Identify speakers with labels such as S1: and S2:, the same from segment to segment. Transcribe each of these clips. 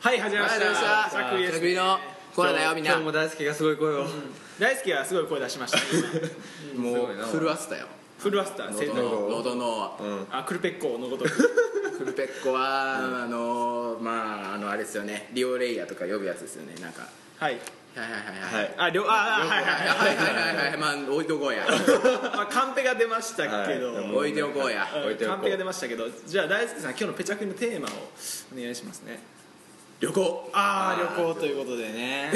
S1: はい始めました
S2: はい始めました
S1: クリです
S2: ジャクリのコーナーだよみんな
S3: 今日も大好きがすごい声を
S1: 大好きはすごい声出しました
S3: も
S2: も
S3: う
S2: う震わせたよ
S1: フルワスター先
S3: 喉
S1: 頭
S3: を
S2: 喉の
S3: うん
S1: あクルペッコのごとく
S2: フルペッコはあのまああのあれですよねリオレイヤーとか呼ぶやつですよねなんか
S1: はい
S2: はいはいはい
S3: は
S2: はい
S3: い
S1: あ両ああはいはい
S2: はいはいはいはいはいまあ置いとこうや
S1: まあカンペが出ましたけど
S3: はい
S2: 置いておこうや
S1: うん
S3: 置いておこう
S1: カンペが出ましたけどじゃあ大好きさん今日のペチャクリのテーマをお願いしますね
S2: 旅行
S1: ああ旅行ということでね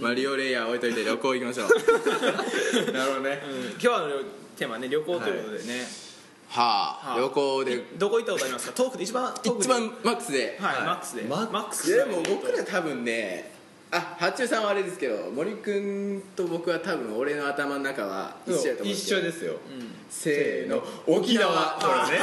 S2: まあリオレイヤー置いといて旅行行きましょう
S3: なるほどね
S1: 今日のテーマはね旅行ということでね
S2: はあ旅行で
S1: どこ行ったことありますかトークで一番トークで
S2: 一番マックスで
S1: はいマックスで
S3: マックス
S2: いやでも
S1: で
S2: 僕ら多分ねあ八中さんはあれですけど森君と僕は多分俺の頭の中は一緒やと思うん
S3: 一緒
S2: よ
S3: ですよ
S2: せーの沖縄
S3: そうね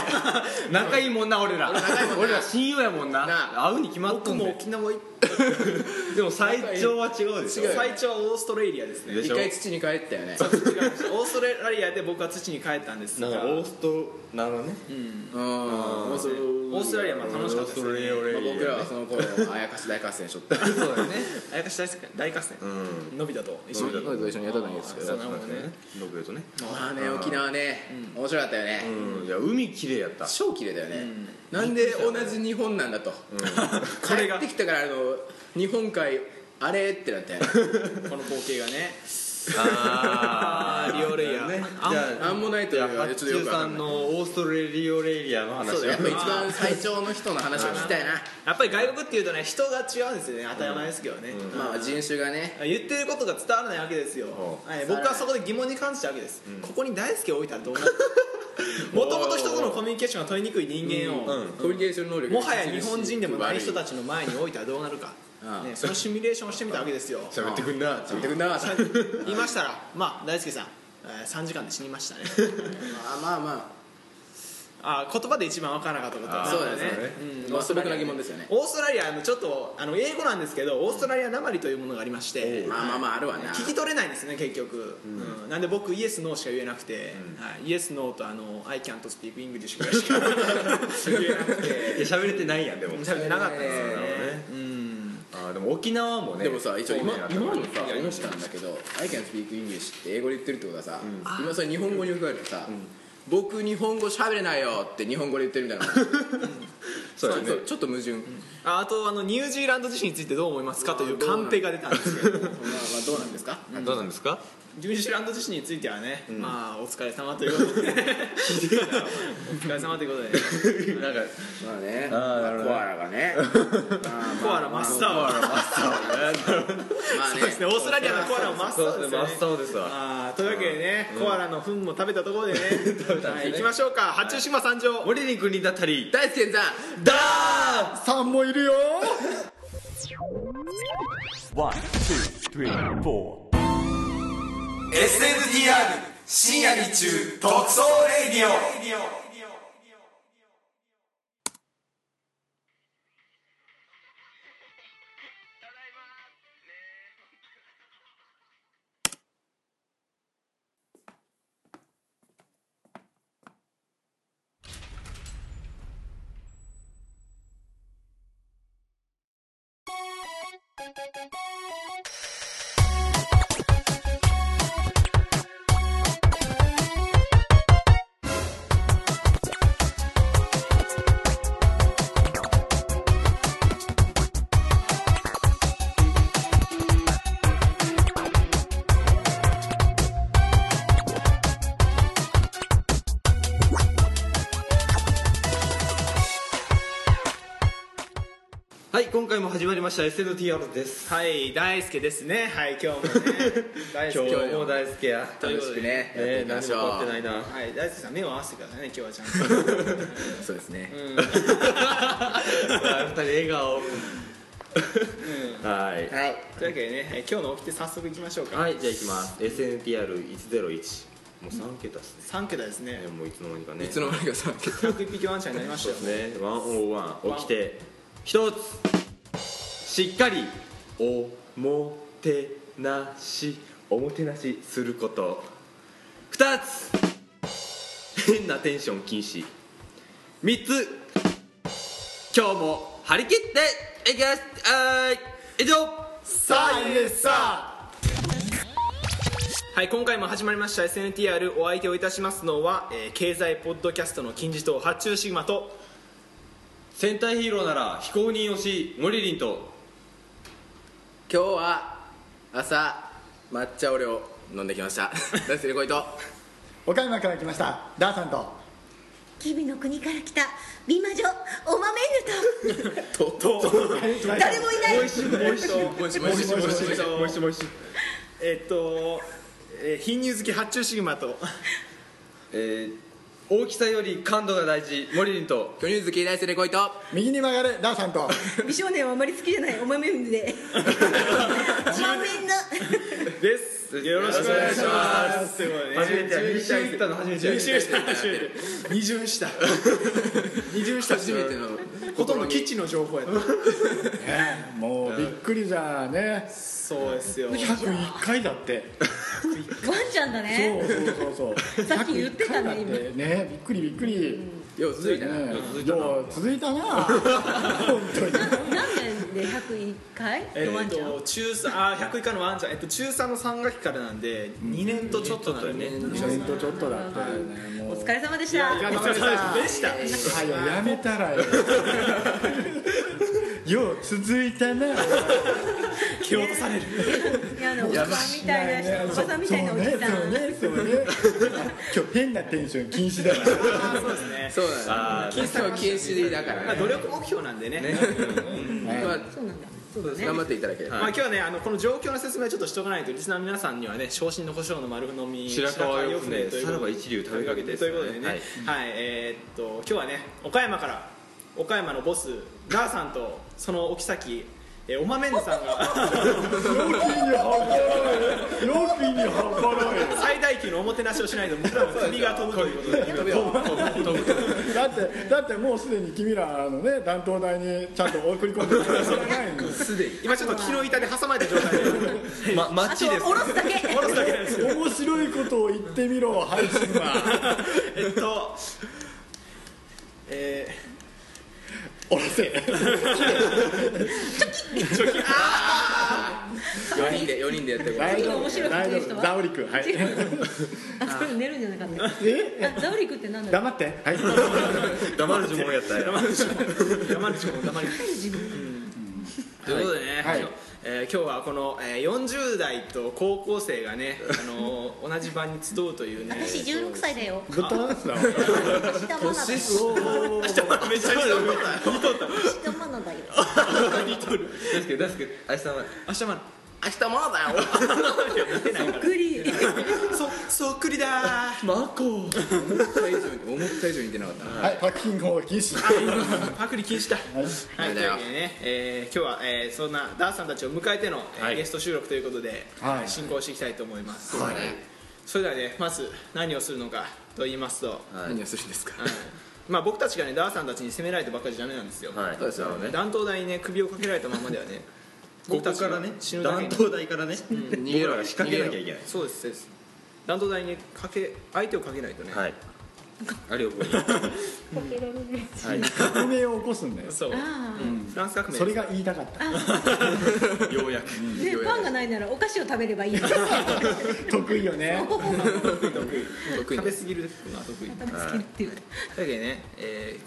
S3: 仲いいもんな俺ら
S2: 仲いいもんな
S3: 俺ら親友やもん
S2: な
S3: な会うに決まっ
S1: 僕
S3: とん
S1: も
S3: で
S1: 沖縄行っ
S3: でも最長は違うでしょ
S2: 違うよ
S1: 最長はオーストラリア ですね
S3: でし
S2: 一
S3: ょ
S2: 回土に帰ったよね
S1: そう違いましたオーストラリアで僕は土に帰ったんですが
S3: なんかオーストなのね
S2: うんもうそれ
S1: オーストラリアまあ楽しかったです
S3: オーストラリア俺
S1: ね
S2: まあ僕らはその頃あやかし大合戦しょったそ
S3: そうだね
S1: あやかし大合戦大合戦
S3: うん
S1: のび太と一緒に
S3: のび
S2: うと一緒にやったんですけ
S1: そ
S2: ど
S1: うなるほどね
S3: ロベルトね
S2: まあね沖縄ね面白かったよね
S3: うんいや海綺麗やった
S2: 超綺麗だよねなんで同じ日本なんだ と
S1: これ
S2: 帰
S1: が
S2: っ てきたからあの日本海あれってなったよね
S1: この光景がね
S3: あ
S1: ーリオレイヤー
S3: ね
S1: あん
S3: じ
S2: ア
S3: ゃ
S2: ンモナイト
S3: じゃ
S2: よ
S3: あ
S2: りは
S3: 八
S2: ちょっとよ
S3: 中
S2: くわ
S3: さ
S2: かん
S3: ん
S2: ない
S3: のオーストラリオレイヤー
S2: そ
S3: の
S2: う
S3: 話
S2: だやっぱ
S3: を
S2: 一番最長の人の話を聞きたいな
S1: やっぱり外国っていうとね人が違うんですよね当たり前ですけどね
S2: まあ人種がね
S1: 言ってることが伝わらないわけですよ、
S3: う
S1: はい、僕はそこで疑問に感じたわけです、ここに大輔を置いたらどう なるもともと人とのコミュニケーションが取りにくい人間を、
S3: うん
S2: コミュニケーション能力
S1: もはや日本人でもない人た
S2: ち
S1: ちの前に置いたらどうなるか、
S2: うん
S1: ね、そのシミュレーションをしてみたわけですよ
S3: 喋ってくんな
S2: 言ってくんなま
S1: 言いましたらまあ大輔さんえー3時間で死にま したね
S2: あまあま
S1: あー言葉で一番分からなかったことは
S3: あー
S2: そうですね
S1: うん
S2: まあ素朴な疑問ですよね
S1: オーストラリアのちょっとあの英語なんですけどオーストラリアなまりというものがありまして、
S2: あまあまあまああるわな
S1: 聞き取れないんですね結局、うんなんで僕イエスノーしか言えなくて、はい、イエスノーとあの「I can't speak English」ぐらいしか言えなく
S3: い
S1: て
S3: や喋れてないやんでも
S1: 喋れなかったですよ
S2: な
S1: ね
S2: るほど
S1: うん
S3: あーでも沖縄もね
S2: でもさ一応今
S3: そうね
S2: 今のさ思ったんだけど「I can speak English」って英語で言ってるってことはさ今それ日本語に置き換えるとさ僕日本語喋れないよって日本語で言ってるみたいな
S3: そうや
S2: ちょっ
S3: ね
S2: とちょっと矛盾ま
S1: ああとあのニュージーランド自身についてどう思いますかというカンペが出たんですけど
S2: あまあどうなんですか
S3: どうなんですか
S1: ニュージーランド自身についてはね、まあお疲れ様ということ でお疲れ様ということで、
S3: なんか
S2: まあね
S3: あーなるほど
S2: コアラがねあ
S1: コアラ真っ青
S3: あら真っ青ね
S2: ーまあね
S1: そうですねオーストラリアのコアラも真っ青
S3: そう
S1: で
S3: ですすね
S1: よ
S3: 真
S1: ね
S3: っ青ですわ
S1: あーというわけでね、コアラの糞も食べたところでね
S3: べたんですね
S1: はい、行きましょうか八中島三条、
S3: 森に国だったり
S2: 大輔さん
S3: だー
S2: さんもいるよ
S4: One, two, three, four.
S5: SNDR 深夜に中特捜レディオ
S3: はい今回も始まりました SNTR です
S1: はい大輔ですねはい今日もね大
S3: 今
S1: 輔
S3: 日も大好きや
S1: という
S2: 楽
S1: こと
S2: し
S1: で
S2: くね
S1: ね
S2: やって
S3: ね
S2: いきま
S3: 何
S2: し
S3: も
S2: ょ
S3: 変わって
S2: う
S3: な いな
S1: はい大輔さん目を合わせてくださいね今日はちゃんと
S2: そうですね
S3: あー二人笑顔はい
S2: はい
S1: というわけでねはい今日の起きて早速行きましょうか、
S3: はいじゃあいきます SNTR101 もう3桁ですね
S1: 3桁ですね
S3: ねもういつの間にかね
S2: いつの間にかさ
S1: 101匹ワンちゃんになりました
S3: そう
S1: よ
S3: ですね101起きて一つしっかりおもてなしおもてなしすること二つ変なテンション禁止三つ今日も張り切っていきますはーい以上
S1: はい今回も始まりました SNTR お相手をいたしますのは、えー経済ポッドキャストの金字塔発注シグマと
S3: 戦隊ヒーローなら非公認推しモリリンと
S2: 今日は朝抹茶オレを飲んできました ダンスでこいと
S6: 岡山から来ましたダーさんと
S7: 君の国から来た美魔女おまめぬ
S2: とと
S7: と誰もいない
S2: もしもしもしもし
S1: もしもしえっと、えー、貧乳好き発注シグマと
S3: えー大きさより感度が大事モリリンと
S2: 巨乳好きダンスでこいと
S6: 右に曲がるダーさんと
S7: 美少年はあまり好きじゃないおまめぬで おまめぬ
S1: ですよろしくお願いしますすごいね
S3: 初めて優秀行ったの初めて
S1: 二重した初めて二重した二重した
S2: 初めての
S1: ほとんど基地の情報やった
S6: もうびっくりじゃね
S1: そうですよ
S6: 101回だって
S7: ワンちゃんだ
S6: そ
S7: ね
S6: うそうそうそう
S7: さっき言ってたね
S6: 101回だってねびっくりびっくり
S2: よう続いたな、
S6: ねよう続いたな本 当に
S7: 何年で101回
S1: え
S7: のワ
S1: っ
S7: ンちゃん
S1: と中3あ100以下のワンちゃん、えっと、中3の3学期からなんで2年とちょっとなんでね
S6: 1年とちょっとだったよねも
S7: お
S6: う
S7: 疲れ様でした
S1: お疲れ様でした
S6: はよやめ たらよよう続いたな
S1: 蹴落とされる
S7: いやあのおばさんみたいな人おばさんみたいなおじ
S6: そう
S7: さん
S6: ねそうねそうね今日変なテンション禁止 だな
S1: そうですね
S2: そうだね今日は禁止だから
S1: まあ
S2: ね
S1: 努力目標なんでね
S2: まあ
S7: そうなんだそうだね
S2: 頑張っていただければ、
S1: まあ今日はねあのこの状況の説明はちょっとしとかないとリスナーの皆さんにはね昇進の胡椒の丸飲み
S3: 白川
S1: よ
S3: よ
S1: く
S3: く
S1: ね
S3: ねさらば一流食べかけて
S1: ということでねはい、えーっと今日はね岡山から岡山のボスダーさんとそのお妃えーおまめんさんが
S6: ロッキーに運ばろうよロッキーに運ばろうよ
S1: 最大級のおもてなしをしないと僕らも首が飛ぶということで
S6: だってだってもうすでに君らあのね担当台にちゃんと送り込んでくれないんです
S2: すでに
S1: 今ちょっと木の板で挟まれた状態で
S3: ま、マ
S7: あ
S3: ッ
S7: と
S3: チです
S7: はおろすだけ
S1: 下ろすだけなんですよ
S6: 面白いことを言ってみろ配信は
S1: えっとえ
S6: おろせ
S2: 4人で4人でやってもら
S6: 大
S7: 次
S6: 丈
S7: が
S6: 夫
S7: 面白いこと言う人は
S6: ダオリ君はい
S7: 違うあそれ寝るんじゃなかった
S6: え
S7: あダウリクって何だろう
S6: 黙ってはい
S3: す黙る呪文やった よ
S1: ー、山口君黙り
S7: 自分
S1: ということでね、
S6: はい
S1: 今日えー今日はこの、えー40代と高校生がね、あのー同じ場に集うというね
S7: 私16歳だ よ
S6: ぶっ飛ばすな
S7: 下マナだよ
S1: めっちゃ
S7: 下マナだよ
S3: ですけどですけどあしたは
S1: 明日ま
S2: 明日もだよ
S1: で出ないか
S7: グリ
S1: らそそっくりだー
S2: マコ思った以上に思った以上に似てなかったな
S6: はいパッキングを禁 止
S1: パクリ禁止だはい、と
S2: ダメだ
S1: いう
S2: よ
S1: わけでね、えー今日は、えーそんなダースさんたちを迎えての、えー
S3: はい
S1: ゲスト収録ということで、
S6: はい
S1: 進行していきたいと思います、それではねまず何をするのかと言いますと、
S2: 何をするんですか
S1: まあ、僕たちがねダースさんたちに責められてばっかりじゃダメなんですよ、
S3: はい
S2: そうですよね
S1: 弾頭台にね首をかけられたままではね僕たちが死ぬだけに
S3: 台からね
S2: 逃
S3: 僕らが仕掛けなきゃい
S2: け
S3: けない
S1: そうですそうです弾頭台にかけ相手をかけないとね、
S3: はいあれをここにはい
S6: 革命を起こすんだよ
S1: そう、
S7: あ
S1: フランス革命です
S6: それが言いたかった
S3: ようやく
S7: ーでパンがないならお菓子を食べればいいよ
S6: 得意よね
S2: 得意
S1: 食べ
S2: です
S1: 過ぎるのは得意
S7: 頭つけるっていう
S1: というわけでね、え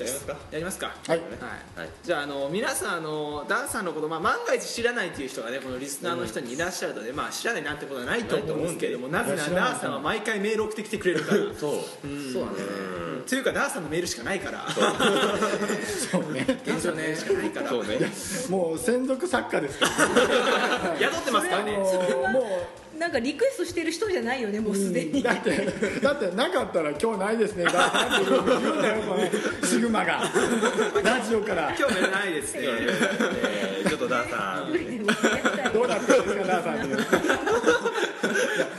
S3: じゃあやりますか
S1: ーやりますか
S6: はい
S3: はい
S1: じゃああの皆さんあのダンさんのこと、まあ、万が一知らないという人がねこのリスナーの人にいらっしゃるので、まあ、知らないなんてことはないと思うんですけれどもなぜな
S6: 知ら
S1: ら
S6: ない
S1: ダンさんは毎回メール送ってきてくれるからと
S3: そう
S2: そうなんだよ
S1: いうかダンさんのメールしかないから
S6: そうね
S1: ダンさんのメールしかないから
S3: そうね
S6: もう専属作家ですから
S1: 雇ってますから
S6: あの
S1: ね
S6: ーも
S7: なんかリクエストしてる人じゃないよねもうすで
S6: う
S7: に
S6: だってだってなかったら今日ないですねだって言うんだよこのシグマがラジオから
S1: 今日メールないですね
S3: えーちょっとダ ーさん
S6: どうだったんですかダーさんにいや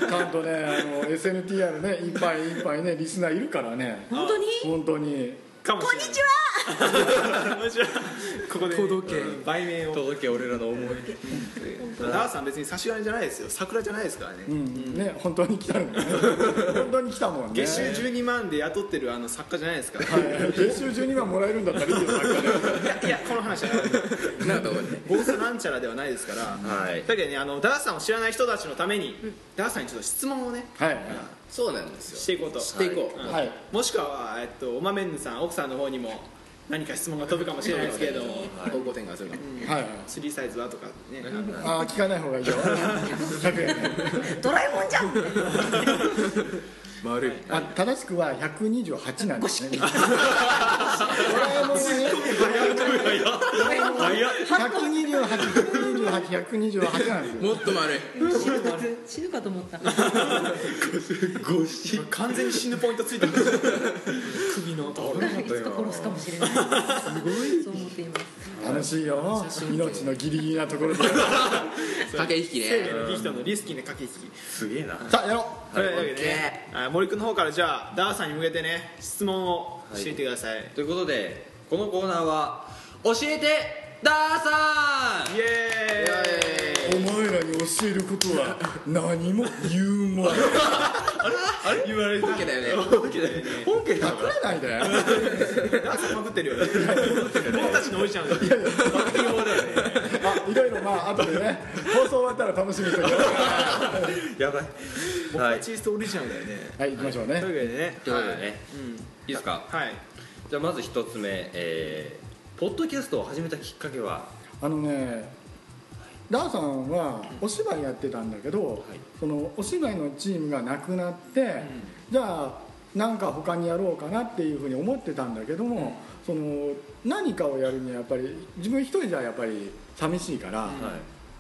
S6: ちゃんとねあの SNTR ねいっぱいいっぱいねリスナーいるからね
S7: 本当に
S6: 本当に
S1: かもし
S7: こん
S1: れ
S7: に
S1: ない
S7: ちは
S1: もちろんここでね、
S2: 届け
S1: うん売名を
S2: 届け俺らの思い
S1: ダースさん別に差し金じゃないですよ桜じゃないですからね、
S6: うんね本当に来たのね本当に来たもんね
S1: 月収12万で雇ってるあの作家じゃないですから、い
S6: 月収12万もらえるんだったらいいよなんかね
S1: やいやこの話は
S2: なんかごめんね
S1: ゴーストなんちゃらではないですから、
S3: はい
S1: だけどねあのダースさんを知らない人たちのために、ダースさんにちょっと質問をね
S6: はい
S2: そうなんですよ
S1: していこうと
S2: していこう
S1: は
S6: はい
S1: もしくは、えっと、おまめんぬさん奥さんの方にも何か質問が飛ぶかもしれないですけれども
S2: 方向転換するかも
S6: はい
S1: スリーサイズはとかね、
S6: ああ聞かない方がいいよ100円ね
S7: ドラえもんじゃん
S2: 丸い
S6: あ正しくは128なんですねドラえもんね
S3: 早っ
S6: 128128なんですよ
S2: もっと丸い
S8: 死ぬかと死ぬかと思った
S3: ごし
S1: 完全に死ぬポイントついてる 首のところ
S8: いつか殺すかもしれないすごいそう思っています
S6: 楽しいよ命のギリギリなところで
S2: 駆け引き
S1: 生命
S2: ね
S1: のリフトのリスキーな駆け引き
S3: すげえな
S6: さあやろ
S1: というわけでねあ森君の方からじゃあダーさんに向けてね質問を教えてください、
S3: ということでこのコーナーは教えてダーさん
S1: イエーイ
S6: うお前らに教えること は何も言うまい
S1: あれ言われた
S2: 本家だよね
S1: 本家だよね
S6: 本家パクらないで
S1: ダーさんパクってるよ ね僕たちのおじちゃんだよねパクリ法だよね
S6: あいろいろまあ後で ね放送終わったら楽しみにしてくださ
S3: やばい
S1: 僕
S3: はい
S1: はチーストオリジナルだよね
S6: いはい行きましょうね
S1: というわけでね
S3: ということでね、い、いですか
S1: はい
S3: じゃあまず一つ目、えーポッドキャストを始めたきっかけは
S6: あのねダーさんはお芝居やってたんだけど、そのお芝居のチームがなくなって、じゃあなんか他にやろうかなっていうふうに思ってたんだけども、その何かをやるにはやっぱり自分一人じゃやっぱり寂しいから、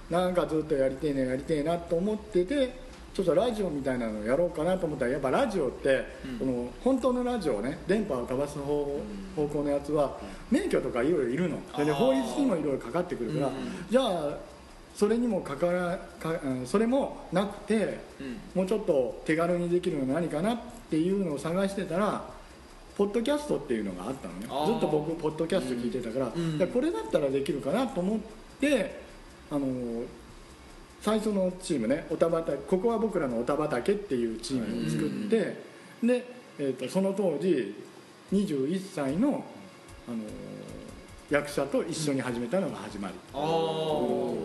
S6: なんかずっとやりてえなやりてえなと思っててちょっとラジオみたいなのをやろうかなと思ったらやっぱラジオって、この本当のラジオね電波を飛ばす方,、方向のやつは免許とかいろいろいるのそれで法律にもいろいろかかってくるから、じゃあそれにもかからかうんそれもなくて、もうちょっと手軽にできるのは何かなっていうのを探してたらポッドキャストっていうのがあったのね
S1: あー
S6: ずっと僕ポッドキャスト聞いてたから、
S1: ん
S6: じゃあこれだったらできるかなと思ってあの最初のチームねおたばたここは僕らのおたばたけっていうチームを作って、で、えー、とその当時21歳の、あの役者と一緒に始めたのが始まり、
S1: あー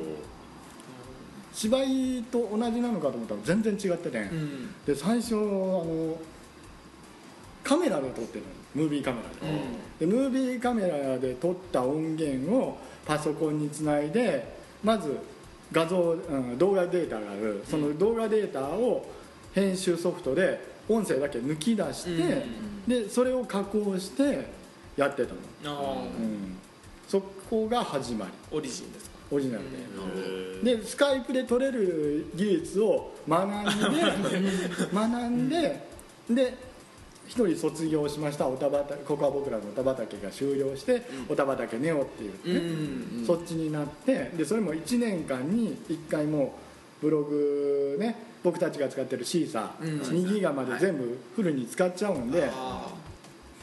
S6: 芝居と同じなのかと思ったら全然違ってて、
S1: うん
S6: で最初あのカメラで撮ってるのムービーカメラで,、でムービーカメラで撮った音源をパソコンにつないでまず画像、うん、動画データがあるその動画データを編集ソフトで音声だけ抜き出して、でそれを加工してやってたの、
S1: あー
S6: うん、そこが始まり
S1: オリジンですか
S6: オリジナルで。でスカイプで撮れる技術を学んで学んで、で一人卒業しましたおたばたここは僕らのおたばたけが終了して、おたばたけネオっていう、ねそっちになってでそれも1年間に1回もうブログね僕たちが使ってるシーサー、2ギガまで全部フルに使っちゃうんで、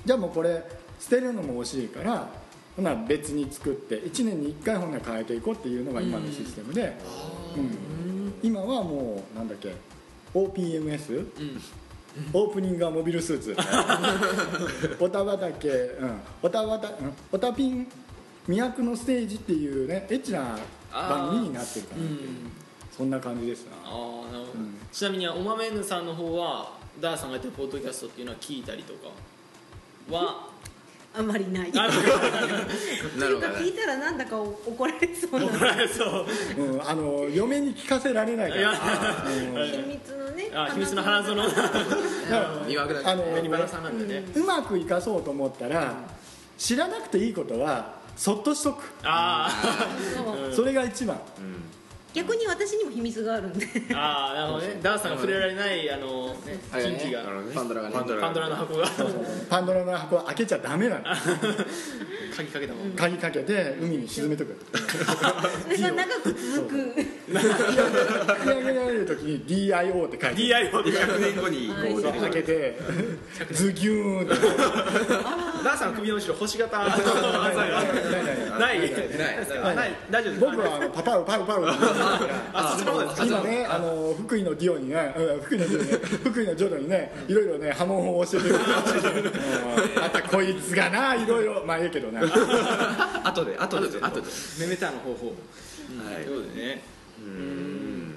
S6: じゃあもうこれ捨てるのも惜しいからほな別に作って1年に1回ほな変えていこうっていうのが今のシステムで、うん今はもうなんだっけ OPMS、オープニングはモビルスー ツおたばたけ、うん、おたばた、うん、おたぴん魅惑のステージっていうねエッチな番組になってるから、そんな感じですな
S1: あーなるほどちなみにおまめんぬさんの方はダーさんがやってるポッドキャストっていうのは聞いたりとかは
S8: あんまりない
S1: あ
S8: っていうか聞いたらなんだかお怒られそうな
S1: 怒られそう
S6: うん、あの嫁に聞かせられないか
S1: いや
S6: ら
S8: 秘密のね
S1: あ秘密の花園の
S2: 魅惑だ
S6: あの
S1: 紅花さんなんだね
S6: うまく生かそうと思ったら知らなくていいことはそっとしとく、
S1: あ
S8: そう
S6: それが一番
S8: 逆に私にも秘密があるんで
S1: ーあーなるほどねダーさんが触れられないあのね
S2: あれ
S1: 近
S2: ね
S1: 畿が
S2: パンドラがね
S1: パンドラの箱が
S6: パンドラの箱は開けちゃダメなの
S1: 鍵かけたもん、
S6: 鍵かけて海に沈めとく
S8: でそれ長く続く
S6: 引き上げられる時に DIO って書いて
S1: DIY で
S3: 100年後にこう
S6: そう開けてズギューンって
S1: ダーさんの首の後ろ星 型の鮮やかないないない大丈夫です
S6: 僕はあのパパウパウパウって言うんですから
S1: あそっちの方ですか
S6: 今ね、あの福井のディオにね、うん福井のディオにね、福井のジョドにね、いろいろね、波紋を教えてくれてうんまたこいつがな、いろいろ、まあええけどな、
S3: 後で後で後で
S1: メメタの方法はいということでね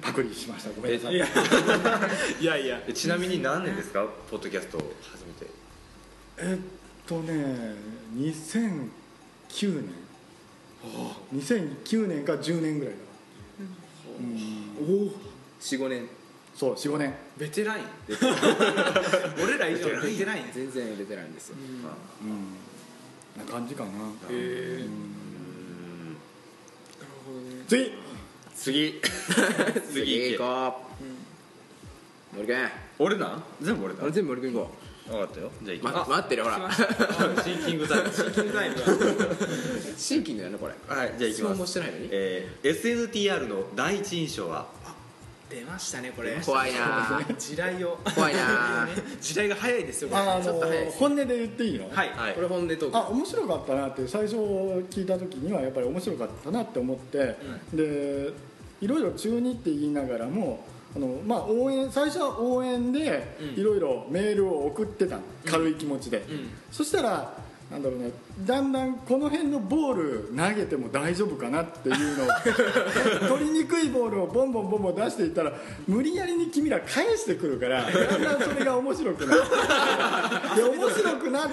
S6: パクリしました、ごめんなさ
S1: い
S6: い
S1: や。いやいや
S3: えちなみに何年ですかポッドキャストを始めて
S6: えっとね、2009年、2009年か10年ぐらいだ、
S2: 45年
S6: そう、4、5年、
S1: ベテランや 俺ら以上のベテランや
S2: 全然入れてないんですよ
S6: な感じかな。
S1: へえ
S6: 次
S3: 次 次
S2: 次行
S3: 行け
S2: こう森君
S3: 俺なん全部俺だ
S2: 俺全部森君行こ
S3: 分かったよじゃあ
S2: う
S3: 行き
S2: ま
S3: ます
S2: 待ってるほら
S3: シンキングタイムシンキングタイム
S2: シンキングやなこれ
S3: はいじゃあ行き
S2: 質問
S3: ま
S2: も
S3: す
S2: してないのに
S3: えー SNTR の第一印象は
S1: 出ましたねこれ
S2: 怖いな
S1: 地雷を
S2: 怖いな
S1: 地雷が早いですよこれ
S6: ああ
S1: ちょっ
S6: の
S1: と早い
S6: 本音で言っていいの
S1: はい
S3: はい
S2: これ本音ト
S6: あ
S2: ーク
S6: 面白かったなって最初聞いた時にはやっぱり面白かったなって思って、でいろいろ中2って言いながらもあの、まあ、応援最初は応援で
S1: うん
S6: いろいろメールを送ってたの軽い気持ちで、
S1: ん
S6: そしたらなんだろうねだんだんこの辺のボール投げても大丈夫かなっていう のを取りにくいボールをボンボンボンボン出していったら無理やりに君ら返してくるからだんだんそれが面白 くなってで面白くなっ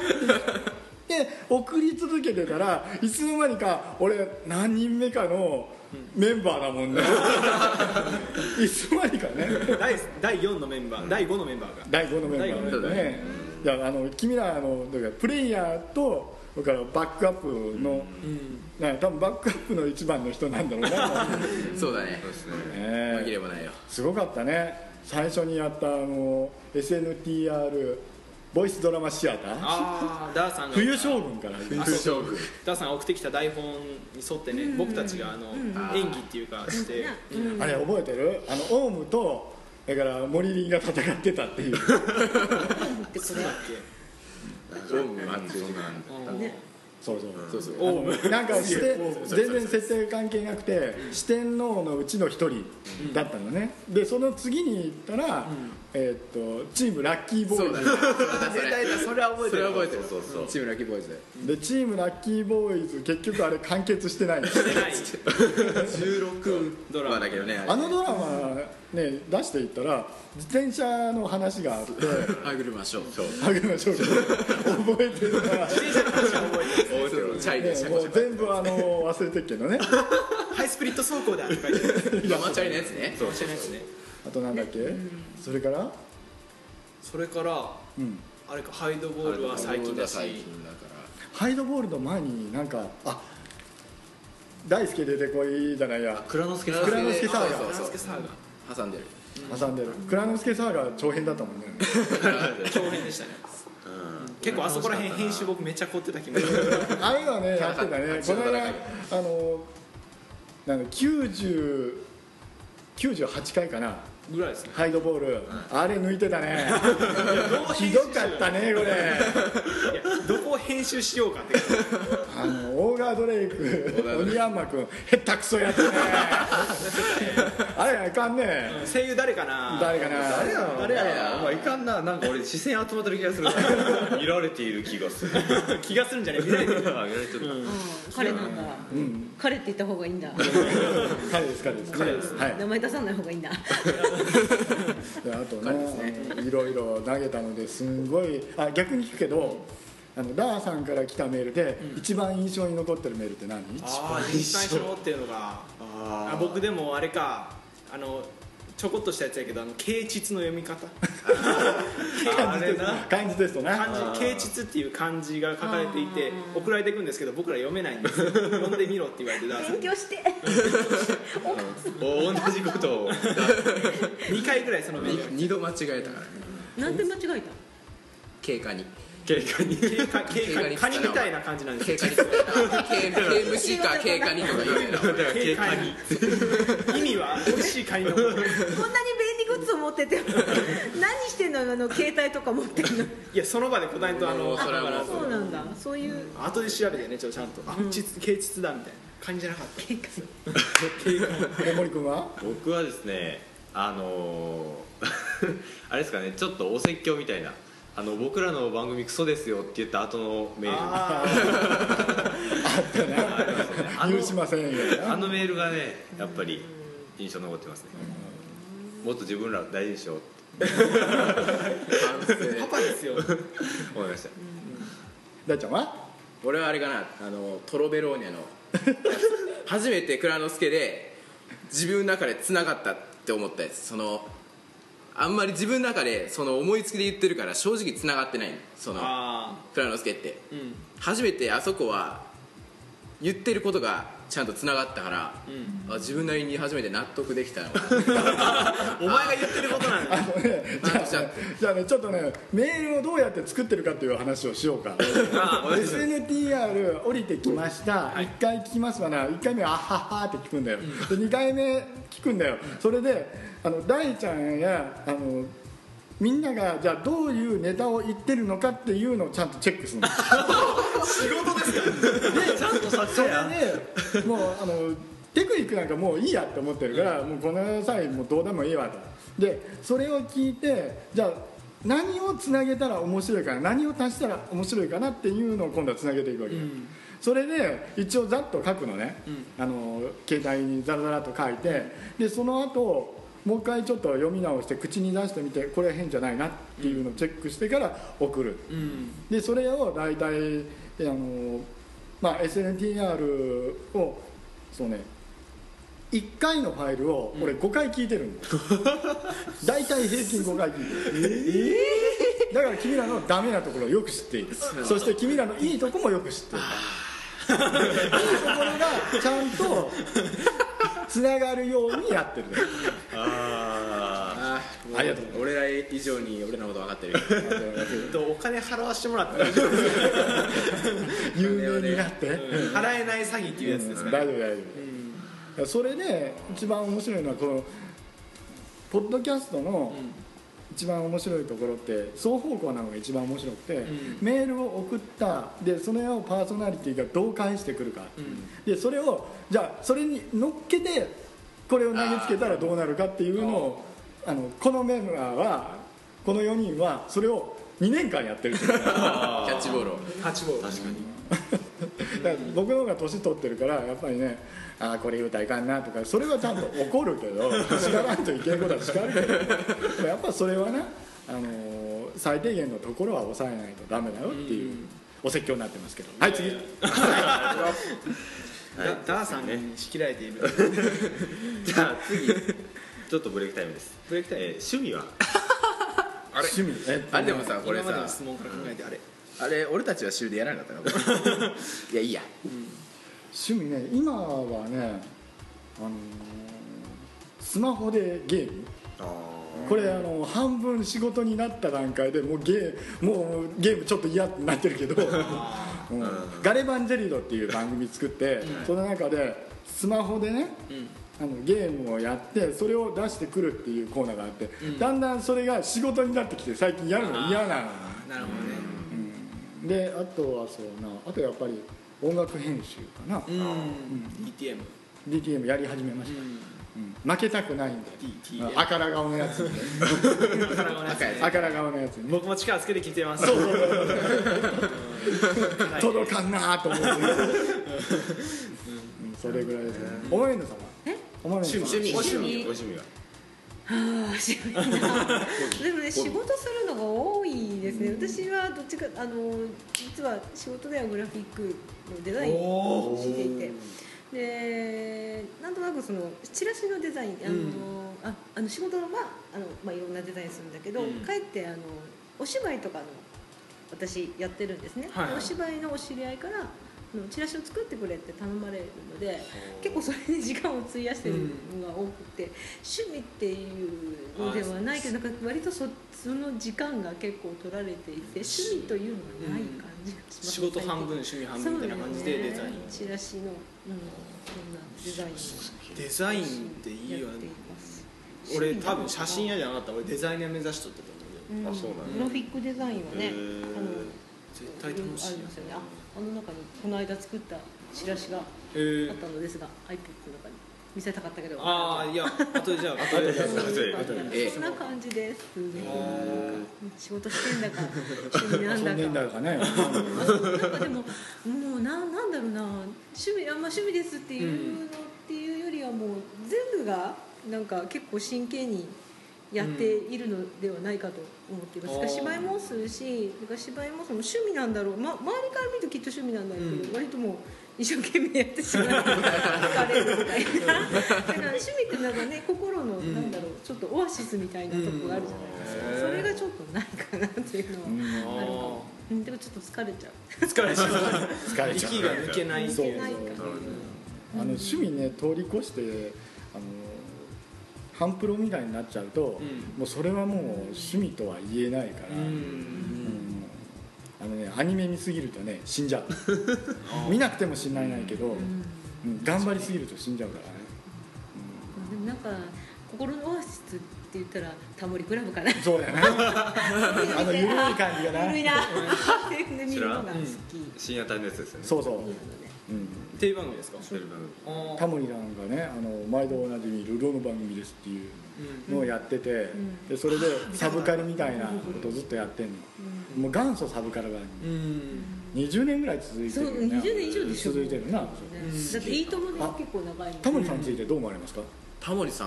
S6: てで送り続けてたらいつの間にか俺何人目かのメンバーだもんねいつの間にかね
S1: 第第4のメンバー第5のメンバーが
S6: 第5のメンバーだねいやあの君らあのだからプレイヤーとだからバックアップの、ね多分バックアップの一番の人なんだろうな、
S2: そうだね
S6: ね
S2: 紛れもないよ
S6: すごかったね最初にやったあの SNTR ボイスドラマシアター
S1: ああダーさんが
S6: 冬将軍から
S1: あそうダーさんが送ってきた台本に沿ってね僕たちがあの演技っていうかして
S6: あれ覚えてるあのオウムとだから森林が戦ってたっ ていう
S1: そうだっ
S2: オウム松井
S6: そうそう
S2: そうそう
S1: けオウム
S6: なんかして全然設定関係なくて四天王のうちの一人だったのね、でその次に行ったら、えーっとチームラッキーボ
S2: そう
S6: ー
S2: だ
S6: イ
S2: ね
S1: そ
S2: それ
S1: れは覚えて
S2: それ
S1: る
S2: は覚えてる
S3: そうそうそう
S2: チームラッキーボーイズ
S6: ズでチームラッキーボーイズ結局あれ完結してない
S1: ない
S2: 16
S1: ドラマ
S2: まあだけどね
S6: あのドラマ、ね、出していったら自転車の話があって
S2: 歯車ショーそう
S6: 萩野翔吾覚えてるな
S2: チャイでし
S6: ね、
S2: た
S6: もう全部あの忘れてるけど ね
S1: ハイスプリット走行だとか言って
S2: ママチャリのやつね
S1: そうしてないですね
S6: あとなんだっけ、それから
S1: それから
S6: うん
S1: あれかハイドボールは最近だし
S2: 最近だから
S6: ハイドボールの前になんかあ大輔出てこいじゃないや
S3: 蔵之介さん
S6: 蔵之介サー
S2: そう
S1: ラ
S2: そ
S1: ス
S2: う
S1: ケサーが
S2: そう挟んでる
S6: 挟んでる蔵之介サーが長編だったも んね
S1: 長編でしたね結構あそこら辺編集僕めっちゃ凝ってた気もする
S6: あれは ねやってたね
S2: 八
S6: こ
S2: の
S6: の間
S2: 戦い
S6: あのなんだ90 98回かな
S1: ぐらいですね
S6: ハイドボール、あれ抜いてた ねひどかったねこ
S1: い
S6: れ
S1: やどこを編集しようかって
S6: あのオーガードレイク鬼山君へったくそやってねあれあかんね
S1: 声優誰かな
S6: 誰かな
S3: 誰やろ
S1: 誰やろ
S3: お前いかんななんか俺視線集まってる気がする見られている気がする
S1: 気がするんじゃない見ないで
S3: 見られてる
S8: 彼なんだ、彼って言った方がいいんだ
S6: 彼です彼です彼ですはい
S8: 名前出さない方がいいんだ
S6: であとねあのいろいろ投げたのですんごいあ逆に聞くけどあのダーさんから来たメールで、一番印象に残ってるメールって何
S1: ああ一番しろっていうのがあ僕でもあれかあのちょこっとしたやつやけどあの啓蟄の読み方あれな
S6: 漢字テストな
S1: 漢字啓蟄っていう漢字が書かれていて送られていくんですけど僕ら読めないんですよ読んでみろって言われてダーさん
S8: 勉強 して
S3: お同じことを
S1: 2回ぐらいそのメールが
S2: 二度間違えたからね
S8: なんで間違えた
S2: 経過に
S1: 経過に 経過経過にカニみたいな感じなんです
S2: 経
S1: よ
S2: 過に刑刑務士か経過にとか言うねんな
S3: だから
S1: 経過に 意味は美味しいカニのこと
S8: こんなに便利グッズを持って ても何してんのあの携帯とか持ってんの
S1: いやその場で答えんとあ
S2: も
S1: の
S2: うそれはも
S1: だ
S2: う
S8: そうなんだそういう
S1: から後で調べてねちょっとちゃんとあ実経実だみたいな感じじゃなかった経過
S6: え森君は
S3: 僕はですねあのー あれですかねちょっとお説教みたいなあの僕らの番組クソですよって言った後のメールあ
S1: あ
S3: りますねあの
S6: 許しませんよ
S3: あのメールがねやっぱり印象に残ってますねもっと自分らを大事にしようって
S1: あパパですよ
S3: 思いました
S6: 大ちゃんは
S2: 俺はあれかなあのトロベローニャの初めて蔵之介で自分の中で繋がったって思ったやつそのあんまり自分の中でその思いつきで言ってるから正直繋がってないのその
S1: あ
S2: 蔵之介って
S1: あうん
S2: 初めてあそこは言ってることがちゃんと繋がったから、あ自分なりに初めて納得できたの
S1: お前が言ってることなんだ
S6: じゃ
S2: 納得しちゃ
S6: あ
S2: っ
S6: ねじゃあねちょっとねメールをどうやって作ってるかという話をしようか SNTR 降りてきました、1回聞きますわな1回目は「あはは」って聞くんだよ、で2回目聞くんだよそれであの大ちゃんやあのみんながじゃあどういうネタを言ってるのかっていうのをちゃんとチェックするの仕事ですかでそれでもうあのテクニックなんかもういいやって思ってるから、もうこの際もうどうでもいいわとでそれを聞いてじゃあ何をつなげたら面白いかな何を足したら面白いかなっていうのを今度はつなげていくわけよ、それで一応ざっと書くのね、あの携帯にザラザラと書いてでその後もう一回ちょっと読み直して口に出してみてこれ変じゃないなっていうのをチェックしてから送る、
S1: うん
S6: でそれを大体あの、まあ、SNTR をそうね1回のファイルを俺5回聞いてるんだ、大体平均5回聞いてる、だから君らのダメなところをよく知っているそして君らのいいとこもよく知っているいいところがちゃんとつながるようにやってる
S3: あ
S2: あ
S6: ありがとう
S2: 俺ら以上に俺らのこと分かってる
S1: えっとお金払わしてもらったら
S6: 有名になって、
S1: 払えない詐欺っていうやつですか
S6: 大
S1: ね
S6: 丈夫大丈夫、それで一番面白いのはこのポッドキャストの一番面白いところって双方向なのが一番面白くて、
S1: ん
S6: メールを送ったでそれをパーソナリティがどう返してくるか、でそれをじゃあそれに乗っけてこれを投げつけたらどうなるかっていうのをあのこのメンバーはこの4人はそれを2年間やってるっていう
S2: キャッチボールを
S1: 八号
S6: だから僕の方が年取ってるからやっぱりねああこれ言うたらいかんなとかそれはちゃんと怒るけ ど叱らんといけんことは叱るけどやっぱそれはな、あのー最低限のところは抑えないとダメだよっていうお説教になってますけどはい次
S1: ダダーさんに仕切られている
S3: ーじゃあ次ちょっとブレイクタイムです
S1: ブレイクタイム
S3: えー趣味は
S6: 趣味えっと
S2: あれでもさこれ
S1: 今まで
S2: さ
S1: の質問から考えてあれ
S2: あれ俺たちは週でやらなかったな いやいいや
S6: 趣味ね今はね、あのースマホでゲームこれあの半分仕事になった段階でもうゲーもうゲームちょっと嫌になってる けど、うんガレバンジェリードっていう番組作って、その中でスマホでね、あのゲームをやってそれを出してくるっていうコーナーがあって、だんだんそれが仕事になってきて最近やるの嫌
S1: なる
S6: なの
S1: ほどね
S6: であとはそうなあとやっぱり音楽編集かな、
S1: うん DTM
S6: DTM やり始めました、うん負けたくないんで
S1: DTM
S6: あから顔のや つあから顔のやつに
S1: 僕も力つけて聞いてますそうそう
S6: 届かんなーと思って、うんそれぐらいですねお前の様
S8: え
S6: お前の様
S2: 趣味
S3: ご趣味ご趣味は
S8: はあ渋いなでもね仕事するのが多いですね私はどっちかあの実は仕事ではグラフィックのデザインをしていてでなんとなくそのチラシのデザインあの、ああの仕事はあの、まあ、いろんなデザインするんだけど、
S1: うん
S8: かえってあのお芝居とかの私やってるんですね、
S1: はいはい
S8: お芝居のお知り合いからのチラシを作ってくれって頼まれるので結構それで時間を費やしてるのが多くて、趣味っていうのではないけどなんか割とそその時間が結構取られていて趣味というのがない感じがします、
S1: 仕事半分趣味半分みたいな感じでデザ
S8: そ
S1: インを
S8: うよねチラシの、うん、そんなデザインを
S1: デザインっていいよ
S8: やって
S1: ね
S8: ます
S1: 俺多分写真屋じゃなかったら俺デザイナー目指しとったと思う
S8: う
S1: よ
S8: ん、
S3: あそうなんや
S8: グラフィックデザインはね
S3: へー
S8: あの
S1: 絶対楽しい
S8: ありますよねああの中にこの間作ったチラシがあっ
S1: えー
S8: たのですが iPod の中に見せたかったけど
S1: ああいやあとじゃあ
S3: 後で
S8: そ
S3: 後で
S2: ええ
S8: んな感じですなんか仕事してんだか趣 味なんだか
S6: 遊んでんだか
S8: な
S6: ね
S8: んかでももうななんだろうな趣味あんま趣味ですっていうのっていうよりはもう全部がなんか結構真剣にやっているのではないかと思っています、
S1: うん
S8: だから芝居もするしだから芝居もその趣味なんだろう、ま、周りから見るときっと趣味なんだろうけど、
S1: うん
S8: 割ともう一生懸命やってしまう疲れるみたいな だから趣味ってなんかね心のなんだろうちょっとオアシスみたいなとこがあるじゃないですか、
S1: うん
S8: それがちょっとないかなっていうのは。あ
S1: あ
S8: るか
S1: ー
S8: も、うん、でもちょっと疲れちゃう
S1: 疲れちゃう
S6: 疲れちゃう
S1: 息が抜けない
S8: い
S6: そう
S8: けないか
S6: そ
S8: ら
S6: あの趣味ね通り越してあの半プロみたいになっちゃうと、
S1: うん
S6: もうそれはもう趣味とは言えないから、
S1: う
S6: うん
S1: ん
S6: あのねアニメ見すぎるとね死んじゃう見なくても死んないないけど、うん頑張りすぎると死んじゃうからね
S8: でもなんか心のオアシスって言ったらタモリクラブかな
S6: そうだよねあの緩い感じがな
S8: 古いなで見るのが好き
S3: 深夜帯のやつですよね
S6: そうそう、うん、
S1: テレビ番組ですか
S3: テレビ番組
S1: あー
S6: タモリさんがねあの毎度おなじみ「ルロの番組です」っていうのをやってて、
S8: ん
S6: でそれでサブカルみたいなことをずっとやってんの、もう元祖サブカル番
S1: う
S6: 組、
S1: ん
S6: 20年ぐらい続いて
S8: そう
S6: るよね
S8: 20年以上でしょ
S6: 続いてるな、
S8: うんだっていいともで結構長いもん
S6: タモリさんについてどう思われますか、
S2: タモリさん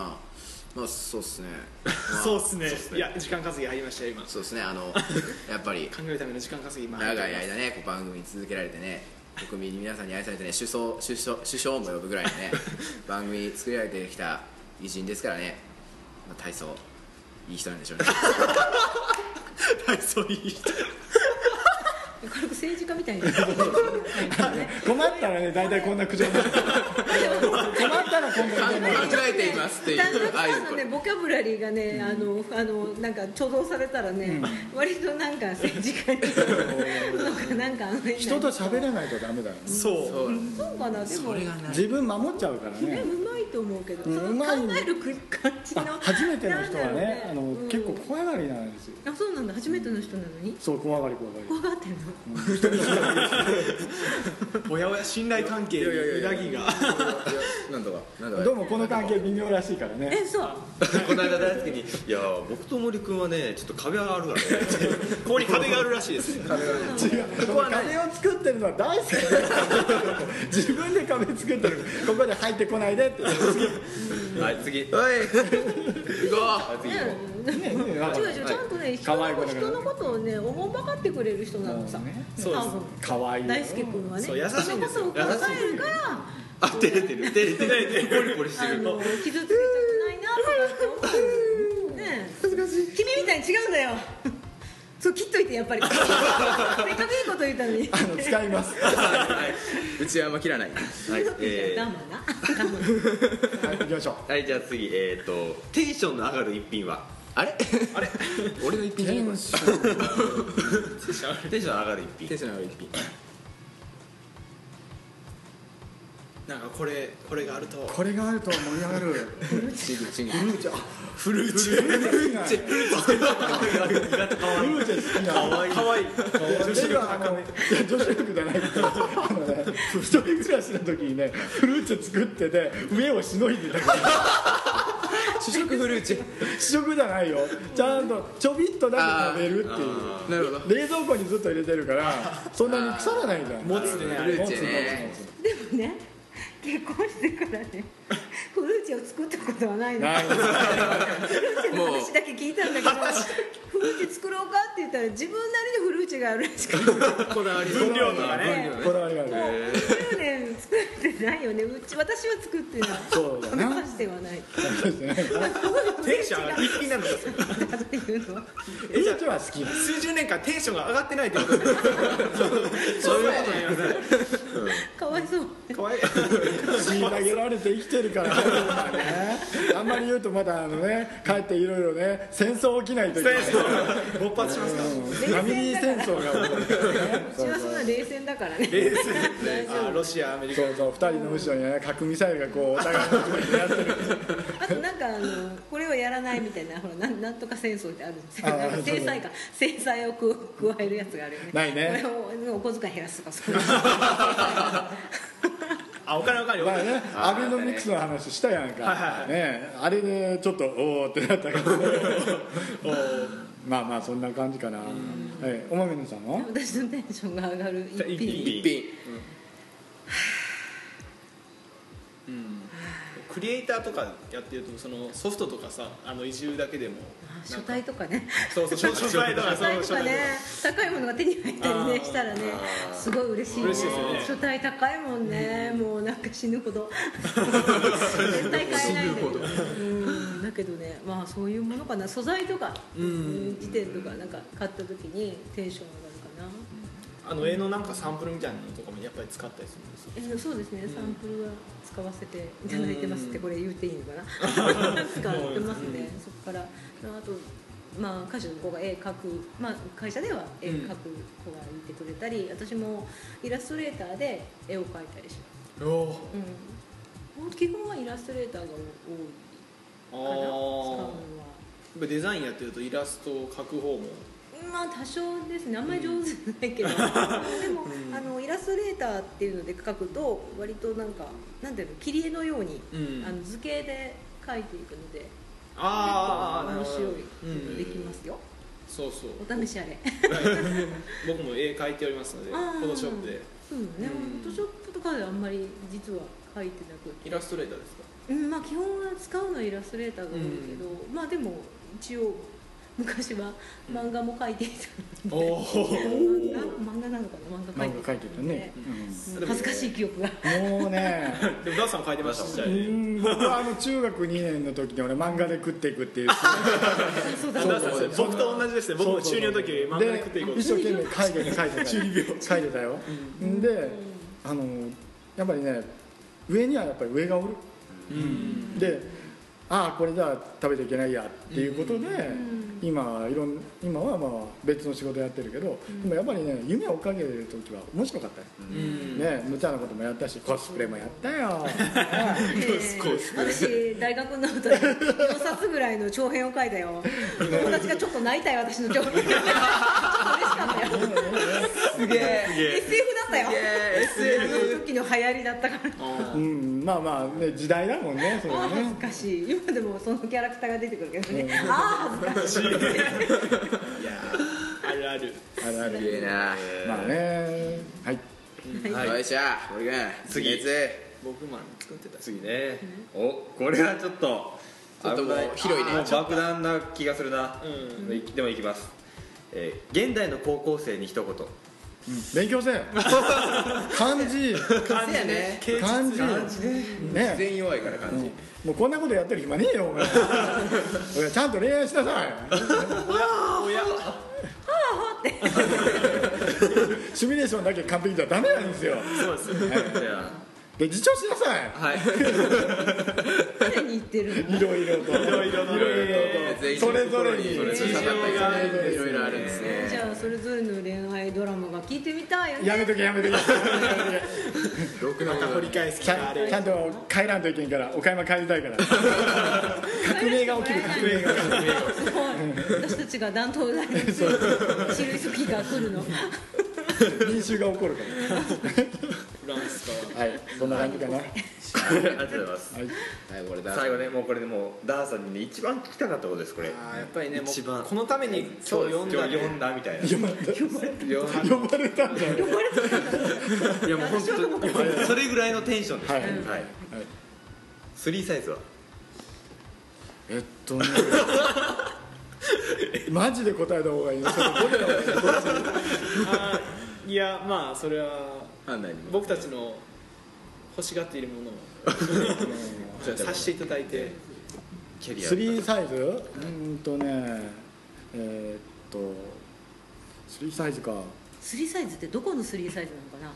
S2: まあそうっす ね、まあ
S1: そうっすねいや時間稼ぎ入りましたよ今考
S2: そうですねあのやっぱり
S1: えるための時間稼ぎ今
S2: 長 い間ねこう番組続けられてね国民に皆さんに愛されてね首相首相首相も呼ぶぐらいの ね番組作られてきた偉人ですからね、まあ、体操いい人なんでしょ うね体操いい人
S8: 軽く政治家みたいなはいね
S6: 困ったらね大体こんな苦情になる困ったらこんな苦
S2: 考
S6: 情になる
S2: えていますってい
S8: 旦那
S2: う合
S8: さん
S2: 図
S8: の
S2: こ
S8: ね
S2: れ
S8: ボキャブラリーがねあのあのなんか貯蔵されたらね割となんか政治家に なんかなんかあの
S6: 人と喋らないとダメだよね
S1: そう
S2: そう
S8: そうかなでも
S2: それがない
S6: 自分守っちゃうから
S8: ね
S6: ね
S8: うまいと思うけど、
S6: うん
S8: そうの
S6: ま
S8: 考
S6: い
S8: えるく感じの
S6: あ初めての人は
S8: なん
S6: ね
S8: だろう
S6: あの、
S8: うん
S6: 結構怖がりなんですよ
S8: あそうなんだ初めての人なのに
S6: そう怖がり怖がり
S8: 怖がってんの
S1: おやおや信頼関係に
S2: いやいやいやいや
S1: 裏切りが
S2: なんとかなんとか
S6: どうもこの関係微妙らしいからね
S8: えそう
S3: この間大好きに「いや僕と森君はねちょっと壁があるからね」
S1: ここに壁があるらしいですね
S6: 違うこの壁を作ってるのは大好きだよ 自分で壁作ってるここで入ってこないでって
S3: はい次
S2: おい行こ
S3: はい
S8: い
S3: 次
S8: や
S6: ねね
S8: 違う違うちゃんとね人
S6: 可愛い子
S8: の
S6: だから
S8: 人のことをねおもんばかってくれる人なのさ
S6: そうね
S8: 多分
S6: 可愛いよ
S8: 大輔君はね
S1: そう優しいんですよ
S8: 人のことを考えるから
S3: あ照れてる照れてる照れてるポリポリして
S8: あ
S3: る
S8: の傷つけちゃくないなとかって思うね難しい君みたいに違うんだよそう切っといてやっぱ りせっかくいいこと言ったのに
S6: あの使います
S2: ううちはあんま切らない
S3: はいえ
S8: ダ
S3: ー
S8: ムなダム
S6: はい行きましょ
S3: はいじゃあ次えっとテンションの上がる一品は
S2: あれあれ 俺の一
S6: う
S2: 品じゃねえこれ
S3: テンションの上がる
S2: テ
S3: 一
S2: ン
S3: 品
S2: ションの上がる一品
S1: なんかこれこれがあると
S6: これがあると盛り上がる
S2: シングルシングル
S6: フルーチェフルーチェフルーチェ好きなの
S1: かわいい
S6: 女子力あのいや女子力じゃないけどあのね一人暮らしの時にねフルーチェ作ってて上をしのいでたから
S2: 主食フルーチェ
S6: 試食じゃないよちゃんとちょびっとだけ食べるっていう
S2: なるほどフ
S6: 冷蔵庫にずっと入れてるからそんなに腐らないじゃん
S1: 持つねあれ
S2: ルーチェね
S8: でもね結婚してからねフルーチェを作ったことはないの
S6: ない
S8: フルーチェの話だけ聞いたんだけどフルーチェ作ろうかって言ったら自分なりにフルーチェがあるらしくてもう
S2: こだわり
S1: 分量とかね
S6: こだわりがある
S8: 10年作ってないよねうち私は作ってない
S6: そう だな
S8: 出してはない
S1: テンション上が一気になるのかそれ
S8: だっていうのは
S6: えじゃは好きな
S1: 数十年間テンションが上がってないってことですねそういうことなんやね
S8: かわいそう
S1: かわいい
S6: 虐げられて生きてるからねあんまり言うとまだあのね帰っていろいろね戦争起きないといけない
S1: 勃発しますから
S6: ナミビ戦争が起こるからね
S8: うちはそんな冷戦だからね
S1: 冷静あロシアアメリカ
S6: そうそう2人の後ろにね核ミサイルがこうお互いのところにやってる
S8: あとなんかあのこれはやらないみたいなほらなんなんとか戦争ってあるんですよ
S6: あー
S8: なんか制裁か制裁をく加えるやつがあるよね
S6: ないね
S8: これをお小遣い減らすとかそう いう
S1: あお金お金お
S6: まあ
S1: 金
S6: ねアベノミクスの話したやんか、
S1: はいはい
S6: ね、あれでちょっとおおってなったけどおーまあまあそんな感じかな、はい、おまめのさんは
S8: 私のテンションが上がる一
S1: 一
S8: 品
S1: 品
S2: 一品
S1: クリエイターとかやってるとそのソフトとかさあの移住だけでも
S8: あ書体とかね
S1: そうそう 書書体とか
S8: 書
S1: そう
S8: 体と
S1: 書
S8: か
S1: 体
S8: ね高いものが手に入ったり
S1: あー
S8: ねしたらねすごい嬉しいね
S1: 嬉しいですよね
S8: 書体高いもんねもうなんか死ぬほ ど絶対買えないんだけどうんだけどねまあそういうものかな素材とかうん時点とかなんか買った時にテンション上がるかな
S1: あの絵のなんかサンプルみたいなのとかもやっぱり使ったりするんですよ
S8: えそうですねサンプルは使わせていただいてますってこれ言っていいのか な使ってますねそこからあとまあ歌手の子が絵描く、まあ、会社では絵描く子がいてくれたり、私もイラストレーターで絵を描いたりします、うん、基本はイラストレーターが多い
S1: あ
S8: かな使うのは
S1: ーやっぱデザインやってるとイラストを描く方も
S8: まあ多少ですねあんまり上手じゃない けど、でも、あのイラストレーターっていうので描くと割となんかなんていうの切り絵のように、
S1: うん
S8: あの図形で描いていくので結
S1: あ
S8: 構
S1: ーあーあーなる
S8: 面
S1: ほ
S8: 白
S1: ど
S8: いことできますよ、
S1: そうそう
S8: お試しあれ
S1: 僕も絵描いておりますので
S8: あー
S1: フォトショップで
S8: そうね、
S1: うん
S8: フォトショップとかではあんまり実は描いてなく
S1: イラストレーターですか
S8: うんまあ基本は使うのはイラストレーターが多いけど、まあでも一応昔は漫画も描いてい たので、漫画漫画なのかな漫画描いて
S6: 漫画描いてたね、
S8: うん恥ずかしい記憶が
S6: うんも うね
S1: でもダースさんも描いてました
S6: う
S1: よね
S6: ん僕はあの中学2年の時に俺漫画で食っていくっていう
S8: そう
S1: ダ
S8: だ
S1: ースさん僕と同じですね僕も中二の時漫画で食っていこうと
S6: で一生懸命書いてた書いてた書いてたよ、であのやっぱりね上にはやっぱり上がおる、でああこれじゃあ食べちゃいけないやっていうことで、今いろん今はまあ別の仕事やってるけど、でもやっぱりね夢を追っかけてる時は面白かったよ、ね無茶なこともやったしコスプレもやったよ
S8: 私大学の時4冊ぐらいの長編を書いたよ友達がちょっと泣いたよ私の 長編ちょっと嬉しかったよ
S2: すげえ
S8: SF だったよその時の流行りだったから
S6: うんまあまあね時代だもんねそれ
S8: あ
S6: は
S8: あ 恥
S6: ね
S8: ずかしい今でもそのキャラクターが出てくるけどねああ恥ずかしい
S1: いやーあるある
S6: あるある
S2: いいな
S6: まあねはい
S2: はいよいしょ森君
S3: 次
S2: 熱い
S1: 僕もあの作ってたし
S3: 次ねおこれはちょっと
S2: ちょっともう
S3: 危な
S2: 広いね
S3: あーもう爆弾な気がするな
S1: うん
S3: いでもいきますえー現代の高校生に一言
S6: 勉強せ ん漢字
S2: そうやね
S6: 漢字
S2: 自
S6: ね
S2: 然弱いから感じ
S6: もうこんなことやってる暇ねえよお前 お前ちゃんと恋愛しなさい
S1: 親
S6: シミュレーションだけ完璧じゃダメなんですよ
S1: そうですね
S3: じ ゃあ
S6: で自重しなさい
S2: はい
S8: 誰に言ってるの
S6: いろいろと
S1: いろいろな
S6: それぞれに
S2: それぞれ
S1: 事情があるん
S2: いろいろあるんですね
S8: じゃあそれぞれの恋愛ドラマが聞いてみたいよね
S6: やめとけやめとけやめと
S2: ろくな
S1: ま
S2: こと
S1: た掘り返す
S6: け
S1: 気
S6: ち
S1: が
S6: ゃ
S1: あ
S6: んち
S1: る
S6: ゃんと帰らんといけんから岡山帰りたいから革命が起き る革命が起きる
S8: すごい私たちが暖冬大に知る時が来るの
S6: 民衆が起こるか
S1: フランスから
S6: はいそんな感じかな
S3: ありがとうございます
S2: はいこれだ
S3: 最後ねもうこれでもうダーさんにね一番聞きたかったことですこれ
S1: あーやっぱりねも
S3: 一番
S1: うこのために今日読んだ
S3: 今日読んだみたいな
S6: 呼ばれたんじゃない
S3: いやもう本当それぐらいのテンションです
S6: はい
S3: はいスリーサイズは
S6: えっとねマジで答えた方がいいねそれ僕らはね
S1: いやまあそれは
S2: 判断にも
S1: 僕たちの欲しがっているも のをさせていただいて
S3: キャリア
S6: 3サイズうーんとねえーっと3サイズか
S8: スリーサイズってどこのスリーサイズなのかな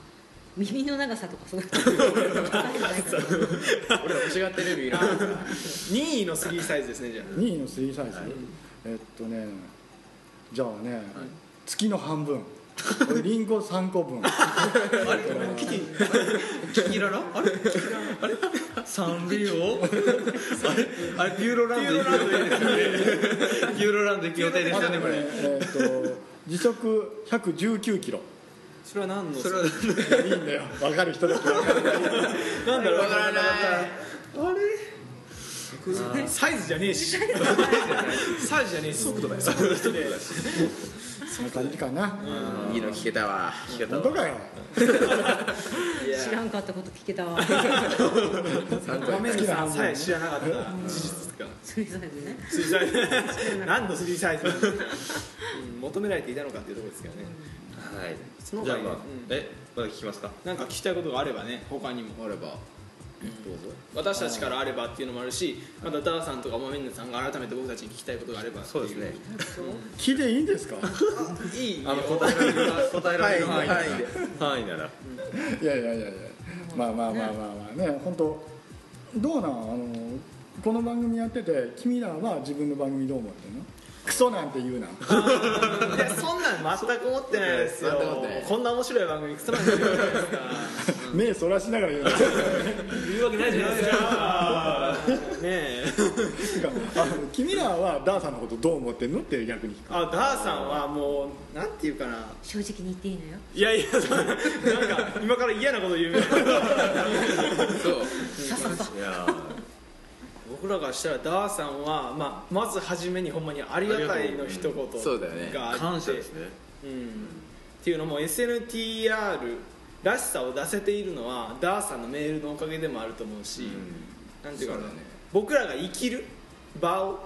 S8: 耳の長さとかその
S2: 俺ら欲しがってるルいらん
S1: 任意の3サイズですねじゃ
S6: 2位の3サイズ、えーっとねじゃあね、月の半 分これリンゴ3個分
S3: キキララあれあれサンリオあれあれピューロランド行く予定ですよねピューロランド行く予定ですよねこれ
S6: えーっと時速119キロ
S1: あそれは何の
S3: それはい
S6: いん だよ分かる人だけ
S1: なんだろう
S2: わからない
S1: サイズじゃねえしサイズじゃねえし速度だよ
S6: そんな感じかない
S2: いの聞けたわ
S6: 本当かよ
S8: 知らんかったこと聞けたわ
S6: ごめん
S1: サイズ
S6: なさい
S1: さえ知らなかった事実が
S8: スリーサイズね
S1: 3サイズ 何の3サイズなんだろううん求められていたのかっていうところですけどねその
S3: じ
S1: 他
S3: ゃあ
S1: に
S3: まあ
S1: うん
S3: えまだ聞きますか
S1: なんか聞きたいことがあればね他にも
S2: あれば
S1: 私たちからあればっていうのもあるしまたダーさんとかマメンヌさんが改めて僕たちに聞きたいことがあれば
S3: そうですね
S6: 木でいいんですか
S1: いい
S3: あの答えられる答えられる範囲なら
S2: 範囲で
S3: 範囲なら
S6: いやいやいやいやまあまあまあまあまあね本当どうなんあのこの番組やってて君らは自分の番組どう思ってんのクソなんて言うない
S1: やそんなん全く思ってないですよ
S2: 全く思ってない
S1: こんな面白い番組くつまんないじゃないですか
S6: 目そらしな がら言うの
S1: 言うわけないじゃないですかねえ
S6: あの君らはダーさんのことどう思ってんのって逆に聞
S1: あダーさんはもうなんていうかな
S7: 正直に言っていいのよ
S1: いやいやそなんか今から嫌なこと言うみたいな
S2: そう
S3: いやー
S1: 僕らがしたらダーさんは、まあ、まず初めにほんまにありがたいの一言があって
S2: そうだよね
S3: 感謝ですね
S1: うんっていうのも SNTR らしさを出せているのはダーさんのメールのおかげでもあると思うし、なんていうかな
S2: そうだね
S1: 僕らが生きる場を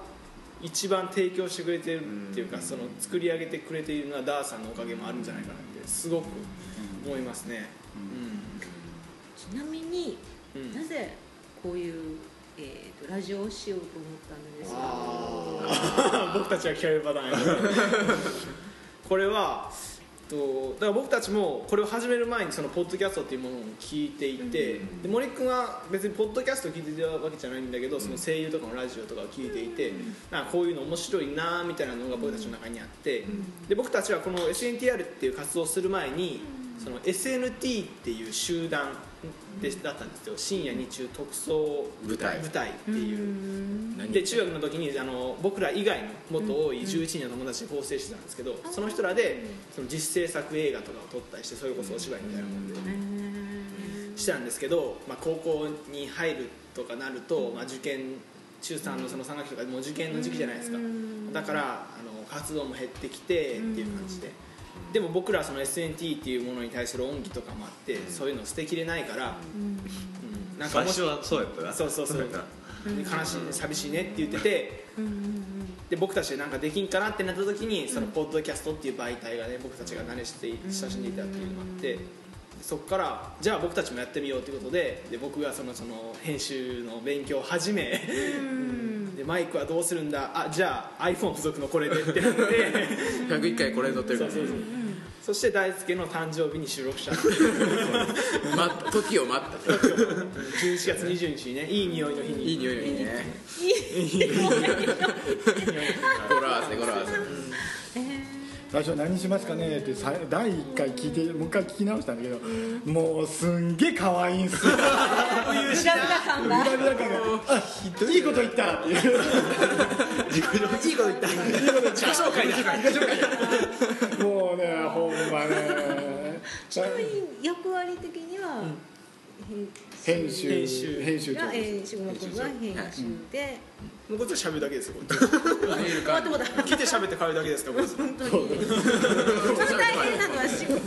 S1: 一番提供してくれてるっていうか、その作り上げてくれているのはダーさんのおかげもあるんじゃないかなってすごく思いますね、
S8: ちなみに、
S1: うん
S8: なぜこういう、えーとラジオをしようと思ったんですか
S1: 僕たちは聞かれるパターン やこれはとだから僕たちもこれを始める前にそのポッドキャストっていうものを聞いていて、で森君は別にポッドキャストを聞いてたわけじゃないんだけど、その声優とかのラジオとかを聞いていて、なんかこういうの面白いなみたいなのが僕たちの中にあって、で僕たちはこの SNTR っていう活動をする前に、その SNT っていう集団でだったんですよ深夜日中特捜
S2: 舞台
S1: 舞台っていう。
S2: 何
S1: で中学の時にあの僕ら以外のもっと多い11人の友達で構成してたんですけど、その人らでその実制作映画とかを撮ったりしてそれこそお芝居みたいなもんで、してたんですけど、まあ、高校に入るとかなると、まあ、受験中3のその3学期とかもう受験の時期じゃないですか、だからあの活動も減ってきてっていう感じで、でも僕らはその SNT っていうものに対する恩義とかもあって、そういうの捨てきれないから、うんなんか
S3: 最
S1: もし
S3: 初はそうやったな
S1: そうそうそう悲しいね寂しいねって言っててで僕たちでなんかできんかなってなった時にそのポッドキャストっていう媒体がね僕たちが慣れして親しんでいたっていうのがあってそこからじゃあ僕たちもやってみようということでで僕がそのその編集の勉強を始めでマイクはどうするんだあじゃあ iPhone 付属のこれでってなって
S2: 101回これ撮ってるからね
S1: そして大輔の誕生日に収 録した
S2: ま時を待った
S1: 11月22日にねいい匂いの日に
S2: いい匂いのいいね語呂合わせ語呂合わせ
S6: 最初何しますかねってさ第1回聞いてもう一回聞き直したんだけどもうすんげえ可愛いんすよ
S8: グダグダ感
S6: グ
S8: が
S6: ラグラ感があいいこと言ったってい
S1: い
S6: う
S1: いこと言った自己紹介だ
S6: もうねほんまね
S8: ちなみに役割的には、
S6: 編集
S1: 編集
S6: 編集長
S8: が、え
S6: です
S8: ー、下村君が編集で、
S1: もうこっちは喋るだけですよこっち
S2: メール
S8: 終わ
S2: か
S8: ってもうた
S1: 来て喋って帰るだけですからこいつ
S8: 本当に一番大変なのは仕事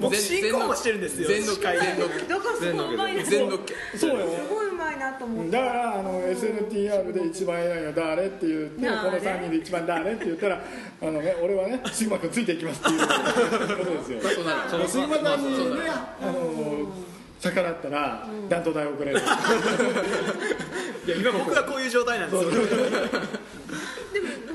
S1: 僕進行もしてるんですよ
S2: 全のっ
S1: 司
S2: け
S1: 会
S2: 全のっ
S8: どこすごいうまいな
S2: け
S8: す
S2: 全のっけ
S6: そうよ
S8: ごいうまいなと思って
S6: だからあの SNTR で一番偉いのは誰って言ってこ
S8: なあ
S6: の3人で一番誰って 言ったらあの、ね、俺はねシグマ君 ついていきますっていうことですよ
S2: そうなる
S6: 杉間さんにね、あの逆らったら断頭台 遅れる、
S1: いや今僕がこういう状態なんですよ
S8: でも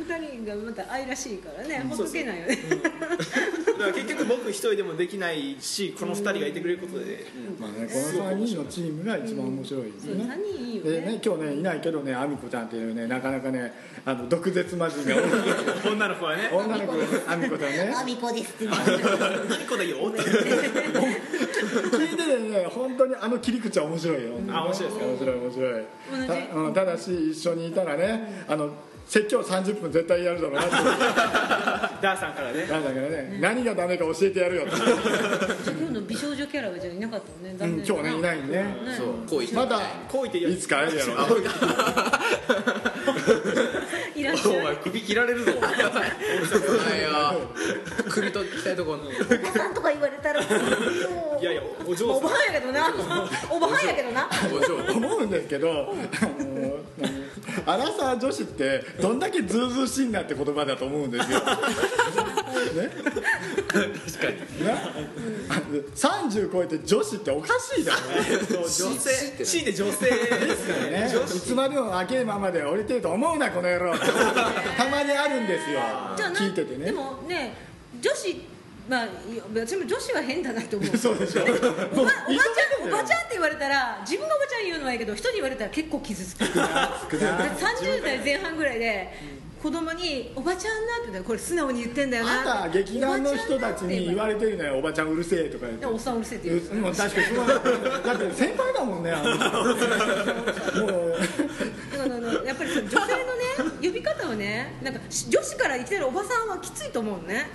S8: 二人がまた愛らしいからね、ほっとけないよね。
S1: だから結局僕一人でもできないしこの二人がいてくれることで
S6: まあね、この3人のチームが一番面白いです
S8: そう、
S6: よ ね、
S8: 三人いいよ
S6: でね
S8: ね。
S6: 今日ねいないけどねあみこちゃんっていうねなかなかねあの毒舌魔人が
S1: 女の子はね
S6: 多い女の子あみこちゃんね
S7: あみこですって
S1: 何こだよって
S6: 聞いててね本当にあの切り口は面白いよ、
S1: あ面白いですか
S6: 面白い面白い
S8: 同じ
S6: た,、うん、ただし一緒にいたらねあの説教30分絶対やるだろうなって
S1: ダーさんからね
S6: なんだけどね何がダメか教えてやるよって、
S8: 今日の美少女キャラはじゃあいなかったのね。。
S6: うん、今日ねいないいね
S2: そうこう言って
S6: また
S1: こう言って
S6: いつか会えるやろうね
S8: いらっし
S3: お
S8: ゃ
S3: 前
S8: い。
S3: 首切られるぞ
S2: ないよ首取ってきたいところ
S7: おばさんとか言われたらい
S1: いやいやお
S8: まあ
S1: 嬢
S8: お
S1: さ
S8: ば
S1: ん
S8: はんやけどな。おばはんやけどな。
S2: お嬢
S6: 思うんですけどあのアラサー女子ってどんだけズうずうしいんだって言葉だと思うんで すよね確かにね30超えて女子っておかしいだろ
S1: 女性 C で女性ですからね
S6: ね、いつまでも若いままで降りてると思うなこの野郎たまにあるんですよ
S8: じゃあな
S6: 聞いてて
S8: で
S6: ね
S8: もね、女子。まあ、いや私も女子は変だなと思う
S6: そうでしょ
S8: ねおばおばち
S6: もう
S8: ゃんおばちゃんって言われたら自分がおばちゃん言うのはいいけど人に言われたら結構傷つ く30代前半ぐらいで子供に「おばちゃんな」って言ったらこれ素直に言ってんだよな
S6: あんた劇団の人たちに言わ
S8: れ
S6: れてるのよおばちゃんうるせえとか言って
S8: ておっさんうるせえって言う
S6: うもう確かにそうだだって先輩だもんね あの人もう
S8: だからあのやっぱりその女 性のね呼び方はねなんかし女子からいきなりおばさんはきついと思うのね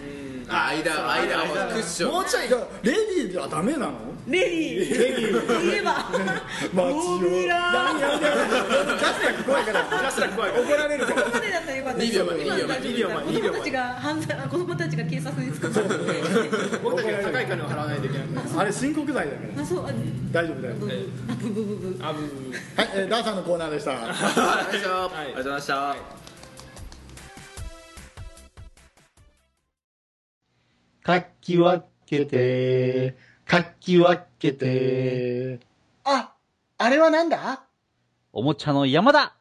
S2: 間間間クッション
S6: もうちょいだからレディーはダメなの
S8: レディー
S6: レディー
S8: 言え ば
S6: マジよダメやめてジャスラック怖いから
S1: ジャスラック怖い
S6: 怒られるか
S8: こ
S6: ら
S8: こまでだったらよかった
S2: 2秒前
S8: 今の大
S1: 2秒前
S8: 丈夫子供たちが犯罪子供たちが警察に捕まって
S1: 僕たちが高い金を払わないといけない
S6: あれ申告罪だから
S8: あそうあ
S6: 大丈夫大丈夫はい、
S8: あブブブブ
S1: あぶぶぶ
S6: えーダーさんのコーナーでした
S1: はい
S3: ありがとうございました
S9: かき分けて、かき分けて。あ、あれはなんだ
S10: おもちゃの山田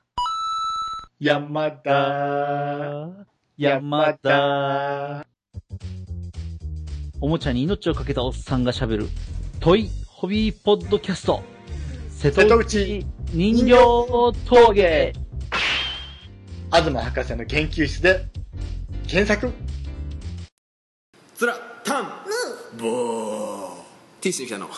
S9: 山田、山田。
S10: おもちゃに命をかけたおっさんが喋る、トイホビーポッドキャスト、瀬
S9: 戸内
S10: 人形峠。
S9: 東博士の研究室で、検索。
S2: つらたんぼーティッシュに来たの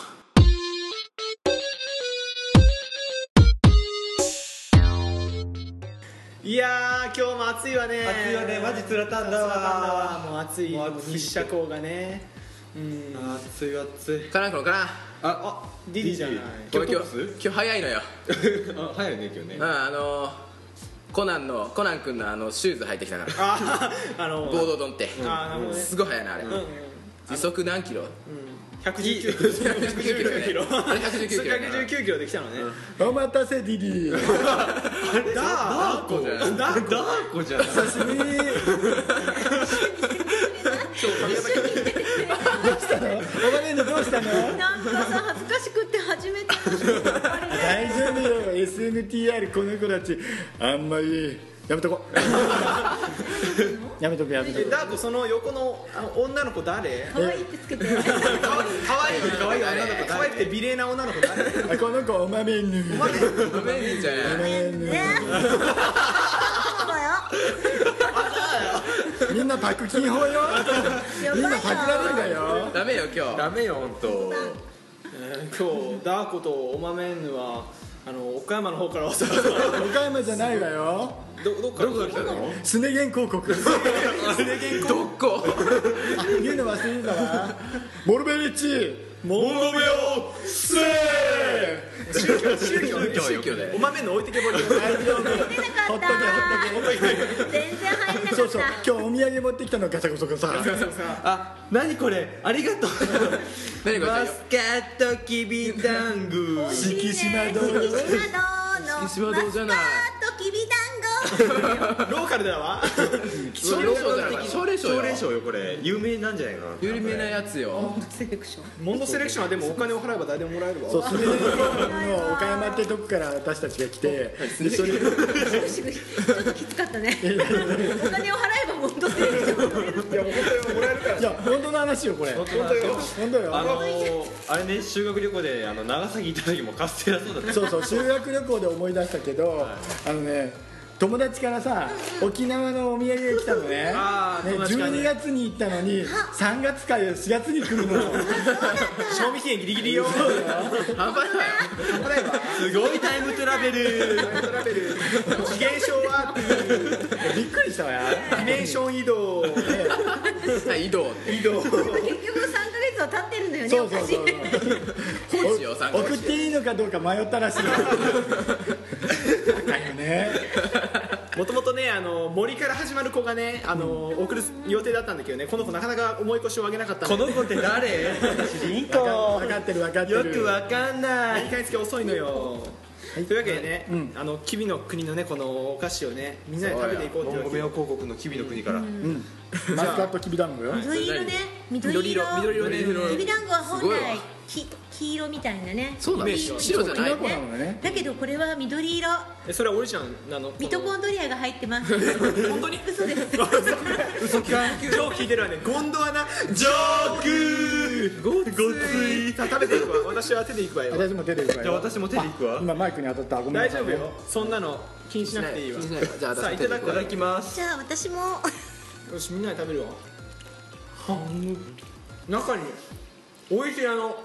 S1: いやー今日も暑いわね
S3: 暑いわねマジつらたんだわ
S1: もう暑い
S3: もう暑
S1: 筆
S3: い
S1: 者校がねうん
S3: 暑い暑い
S2: かなこのかな
S1: あディディじゃない
S2: 今日今日今日早いのよ
S3: あ早いね今日ね
S2: うんあのーコナンのコナン君のあのシューズ履いてきたから
S1: あーあの
S2: ボードドンって
S1: あーなるほどね
S2: すごい速いなあれ
S1: うんうん
S2: 時速何キロ
S1: 119キロ
S2: あれ119キロ
S1: 119キロできたのね
S6: お待たせディディ
S1: ダー
S2: そうじゃない
S1: ダー
S3: ダー子じゃない
S6: 久しぶりおばねんどうしたの
S8: なんかさ恥ずかしくって初めてあれね
S6: 大丈夫よ SNTR この子たちあんまりやめとこ やめとくやめと
S1: で
S6: く
S1: ダー子その横のあの女の子誰
S8: 可愛いってつけて
S1: 可愛い可愛い女の子可愛くて美麗な女の子誰
S6: あこの子おまめぬおま
S2: ごめんねじゃあ
S6: めぬ
S7: そうだよ
S6: みんなパクキン法よみんなパクられるだよ
S2: ダメよ今日
S3: ダメよ本当
S1: えー今日ダー子とおまめんぬはあの岡山の方からわざわざ
S6: 岡山じゃないわよ
S1: どどっからどこから来たの
S6: スネゲン広告
S2: どっこ
S6: 言うの忘れてたわモルベリッチ
S1: モンゴメをせー宗教宗教
S2: 宗教だよ
S1: おまめんの置いてけぼり大丈夫
S7: 出なかっ
S6: ほっとけ
S7: た
S6: ほっとけ
S7: 全然入んなかった
S6: そうそう今日お土産持ってきたのガチャガチャガチャ
S3: あ何これありがとう
S2: 何これ
S3: バスケットきびだんぐ
S6: 敷島
S7: 敷
S6: 堂
S7: 島堂のマ
S2: 敷
S7: ス
S2: 島
S7: カ
S2: 堂
S7: ー
S2: じゃない
S7: トきびだん
S1: ローカルでは
S3: 奨励賞じゃない
S1: 奨
S3: 奨
S1: 励
S3: 励
S1: 賞
S3: 賞
S1: よ
S3: よこれ有名なんじゃないかな
S2: 有名なやつよ
S8: セレクション
S1: モンドセレクションはでもお金を払えば誰でももらえるわ
S6: そうそれの岡山ってとこから私たちが来てでそれ
S8: ちょっときつかったねお金を払えば戻ってる
S1: いやもう本当にもらえるから
S6: いや本当の話よこれ本
S3: 当の話よ
S6: 本当よ
S3: あのーあれね修学旅行であの長崎行った時もカステラそうだった
S6: そうそう修学旅行で思い出したけど、あのね友達からさ沖縄のお土産が来たのね
S1: あー
S6: ね
S1: 友達からね
S6: 12月に行ったのに3月か4月に来るの
S1: 賞味期限ギリギリよ
S2: 半端ない
S3: すごいタイムトラベル
S1: トラベル次元証は
S6: びっくりしたわよ
S1: ディメンション移動
S2: はい移動って
S1: 移動
S8: 結局3ヶ月は経ってるのよね
S6: そう
S8: お
S6: そうそう
S8: かしい
S2: 放置よ参加
S6: 送っていいのかどうか迷ったら しいよ高いよね
S1: もともとねあの森から始まる子がねあの、送る予定だったんだけどねこの子なかなか重い腰を上げなかった
S3: こ
S1: の
S3: の子って誰主人
S6: 分か分かってる分かって
S3: よ
S6: る
S3: くわかんない
S1: 2回付け遅いのよ、というわけでね、あの君の国のねこのお菓子をねみんなで食べていこうって
S3: モン
S1: わ
S3: ゴ
S1: け
S3: メオ広告の君の国から
S6: マスカットきびだんごよ、
S7: 緑色ね緑
S1: 緑
S7: 色
S1: 色緑色ね
S7: きびだんごは本来
S2: す
S7: き黄色みたいなね
S2: そうなの白じゃ
S6: き
S2: な
S6: ないこなのね
S7: だけどこれは緑色
S1: えそれはオリジナルなの
S7: ミトコンドリアが入ってます
S1: 本当に
S7: 嘘です
S1: 嘘聞かんジョー聞いてるわねゴンドワナジョークごついさあ食べていくわ私は手でいくわよ
S6: 私も出てるから
S3: じゃあ私も手で行くわ
S6: 今マイクに当たったごめんな
S1: 大
S6: さ
S1: 丈夫
S6: いね
S1: よそんなの気にしなくていいわ
S2: 気にしない気にしないじゃあ私
S1: さあいただく
S3: い
S1: わ
S3: ただきます
S7: じゃあ私も
S1: よしみんなで食べるわ中においしいあの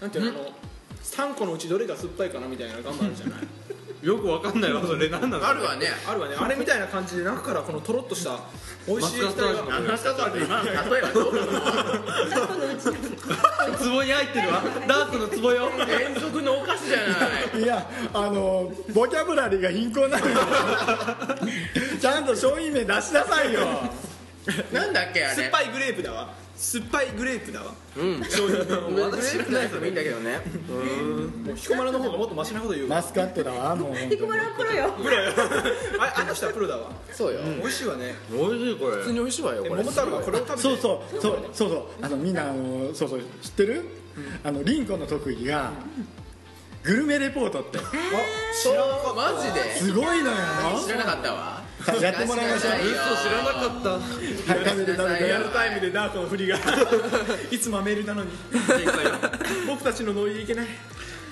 S1: なんていうのあの3個のうちどれが酸っぱいかなみたいなのがあるじゃない
S3: よくわかんないわそれ何なの
S2: あるわね
S1: あるわねあれみたいな感じで中からこのとろっとした美味しい液体が
S2: あなたとは今の例えばどうなの
S3: ツボに入ってるわダーツのツボよ
S2: 連続のお菓子じゃない
S6: いやあのボキャブラリーが貧困な のよちゃんと商品名出しなさいよ
S2: なんだっけあれ
S1: 酸っぱいグレープだわ酸っぱいグレープだわ
S2: うん私知らない人もいいんだけどね
S1: もう彦摩呂の方がもっとマシなこと 言うわ
S6: マスカットだわもう本当に
S8: これはプロよ
S1: プロよああの人はプロだわ
S2: そうよ
S1: 美味しいわね
S3: おいしいこれ
S2: 普通に美味しいわよ
S1: え
S2: こ
S1: 桃
S2: れ
S1: 太郎はこれを食べて
S6: そうそうそうそうそうあのみんなあのそうそう知ってる、あのリンコの特技がグルメレポートって
S2: そうマジです
S6: ごいのよ
S2: 知らなかったわ
S6: さあ やってもらいましょう
S2: 知らないよ
S3: なかっ
S6: はい食べて食べ
S2: 知ら
S6: て
S1: リア
S2: な
S1: ル
S2: い
S1: タイムでダークの振り がいつもはメールなの に僕たちのノリでいけない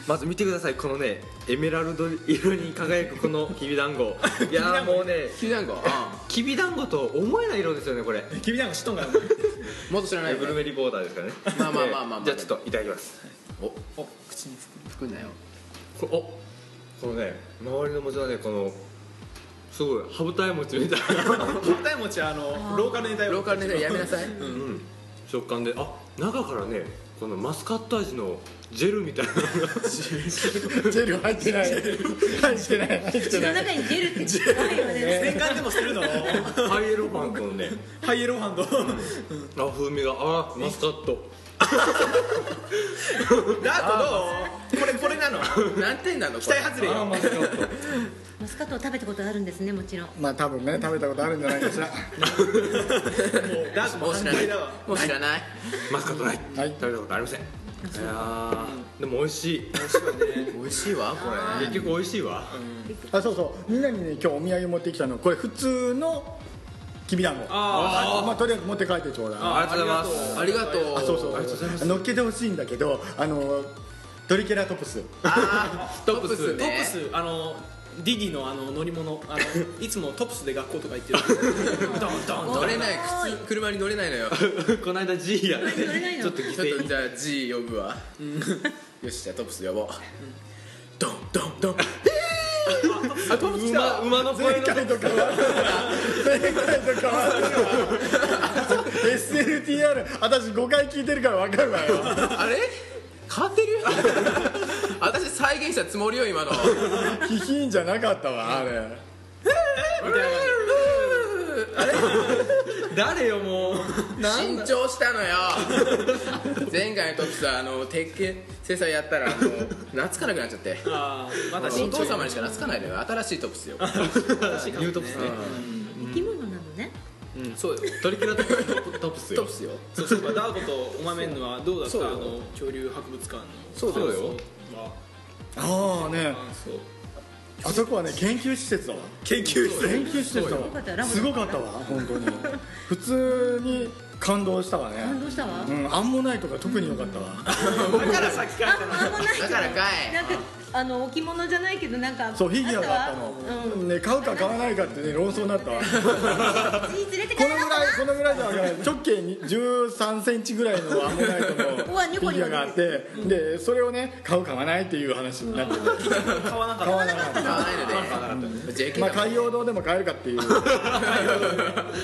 S3: まず見てくださいこのねエメラルド色に輝くこのきび だんごいやーもうね
S2: きびだんごうん
S3: きびだんごと思えない色ですよねこれ
S1: 君なんか知っとんかな
S2: もっと知らないよ
S3: ブルメリボーダーですからね
S2: まあまあまあまあまあ
S3: じゃあちょっといただきます
S2: 作んなよ
S3: こおこのね周りの餅はねこのすごい羽二重餅みたいな
S1: 反対持ちはあのローカルネタよ
S2: ローカルネタやめなさい
S3: うん食感であ中からねこのマスカット味のジェルみたいなのが
S6: ジェル 入ってない入ってない入って
S8: 口の
S6: ない
S8: 中に出るって怖いよね
S1: 年間でもす るのハ
S3: ハイエロファンとのね
S1: イエローハンド
S3: あ風味があーマスカット
S1: ダークどうこれこれ なの
S2: 何点なの
S1: 期
S2: これ
S1: 待外れよ
S7: マスカットを食べたことあるんですねもちろん
S6: まあ多分ね食べたことあるんじゃないかしら
S1: ダークも
S2: もう知ら
S1: 反
S2: ない
S1: 対だわ
S2: もう知らない
S3: マスカットない、
S6: はい
S3: 食べたことありませんいやーでも美味しい
S2: 美味しいわこれ
S3: 結局美味しいわ
S6: あそうそうみんなにね今日お土産持ってきたのこれ普通のきびだんごあまあとりあえず持って帰ってちょうだい
S3: ありがとうございます
S2: ありがとう
S6: あそうそう乗っけてほしいんだけどあのトリケラトプス
S2: トップス
S1: トップ
S2: ね
S1: スあのディディのあの乗り物 あのいつもトップスで学校とか行 ってるドンドンドン
S2: 乗れない靴車に乗れないのよ
S3: この間 G やって
S8: れないの
S3: ちょっと
S2: ちょっ
S3: 犠
S2: と
S3: 牲
S2: じゃあ G 呼 ぶわよしじゃあトップス呼ぼうドンドンドン
S3: あトム来た馬の声
S6: 前
S3: の
S6: 回と変わった前回と変わった SLTR 私5回聞いてるから分かるわよ
S2: あれ変わってる 私再現したつもりよ今 の
S6: ヒヒンじゃなかったわあれ
S2: あれ
S1: 誰よもう
S2: 新調したのよ前回の時さあの鉄拳制裁やったらあの懐かなくなっちゃって
S1: あーまた
S2: お父様にしか懐かないのよ新しいトップスよニュートップスね
S7: 生き物なのね
S2: うんそうよトリケラト
S3: トップス
S2: トップスよ
S1: そうそうかダー子とおまめんのはどうだった
S2: そ
S1: あ
S2: うよ
S1: の恐竜博物館の
S2: そうだよ
S1: ま
S6: ああね
S1: あそう
S6: あそこはね研究施設だわ
S1: 研究室
S6: 研究施設
S7: す
S6: だ
S7: ごかったよラ
S6: わ
S7: ボ
S6: すごかったわ本当に普通に感動したわね
S7: 感動したわ
S6: うんアンモナイトが特に良かったわ
S1: だからさっきか
S8: あ
S1: ら言った
S8: あんまない
S2: だからかい
S8: なんかあの置物じゃないけどなんか
S6: そうフィギュアがあった
S8: あっ
S6: の、ね、買うか買わないかってね論争になったわ
S7: 次連れて
S6: こ
S7: か
S6: の
S7: れ
S6: ぐ
S7: な
S6: ら
S7: か
S6: いこのぐらいじゃ直径に13センチぐらいのアンモナイトの
S7: うわニ
S6: フ
S7: コ
S6: ィ
S7: ニ
S6: ギ
S7: コ
S6: ュアがあってでそれをね買う買わないっていう話になってて
S1: 買わなかっ
S6: 買わなかった
S2: 買わないのでうん
S6: まあ海洋堂でも買える かっていう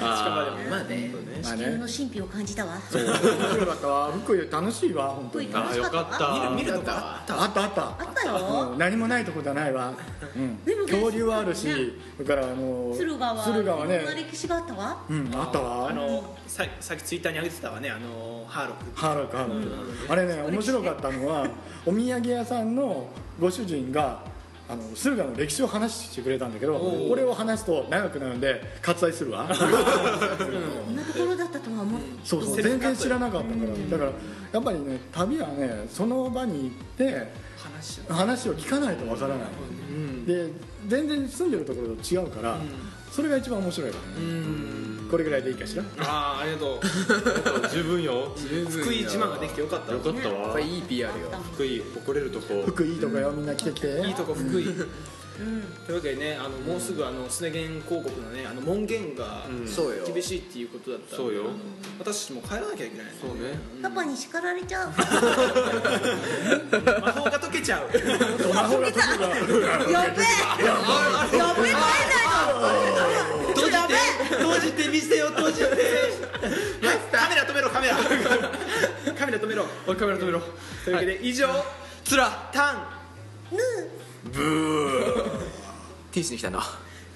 S2: あーまあね
S6: まあ
S7: 地球
S6: ね
S7: の神秘を感じたわ
S6: 面白かったわ福井楽しいわ本当
S7: 福井
S6: に
S7: 楽しかったわ
S3: あ
S2: 見るとこあ
S6: あったあった
S7: あったよ
S6: うん何もないとこじゃないわ、うん
S7: でも
S6: 恐竜はあるし、
S7: ね
S6: だからあの
S7: 駿河は
S6: 駿河はね
S7: いろんな歴史があったわ
S6: うんあったわ
S1: たあのささっきツイッターに上げてたわねあのハーロック
S6: ハーロックハーロックあれね面白かったのはお土産屋さんのご主人があの駿河の歴史を話してくれたんだけどこれを話すと長くなるんで割愛するわ
S7: こんなところだったとは思う
S6: そうそう全然知らなかったからだからやっぱりね旅はねその場に行って
S1: 話しちゃう
S6: 話を聞かないとわからない、で全然住んでるところと違うから、それが一番面白いからね、これぐらいでいいかしら
S1: ああありがとう
S3: 十分よ
S1: 福井自慢ができてよかった
S3: よ
S1: わ
S3: かったわ
S2: これいい PR よ
S3: 福井誇れるとこ
S6: 福井いいとこよみんな来て来て
S1: いいとこ福井、というわけでねあのもうすぐあのスネゲン広告のねあの門限が
S2: そうよ
S1: 厳しいっていうことだったんで
S3: そうよ
S1: あの私たちも帰らなきゃいけないね
S3: そうね
S7: パパに叱られちゃう
S1: 魔法が解けちゃう
S6: スマホが得意だ
S7: やべえやべえやべえ
S1: 閉じて閉じて店を閉じてカメラ止めろカメラ カメラ止めろおいカメラ止めろというわけで以上つらたん
S2: ティースに来たの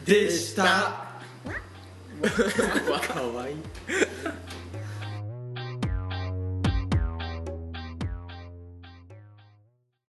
S1: でした
S2: かわいい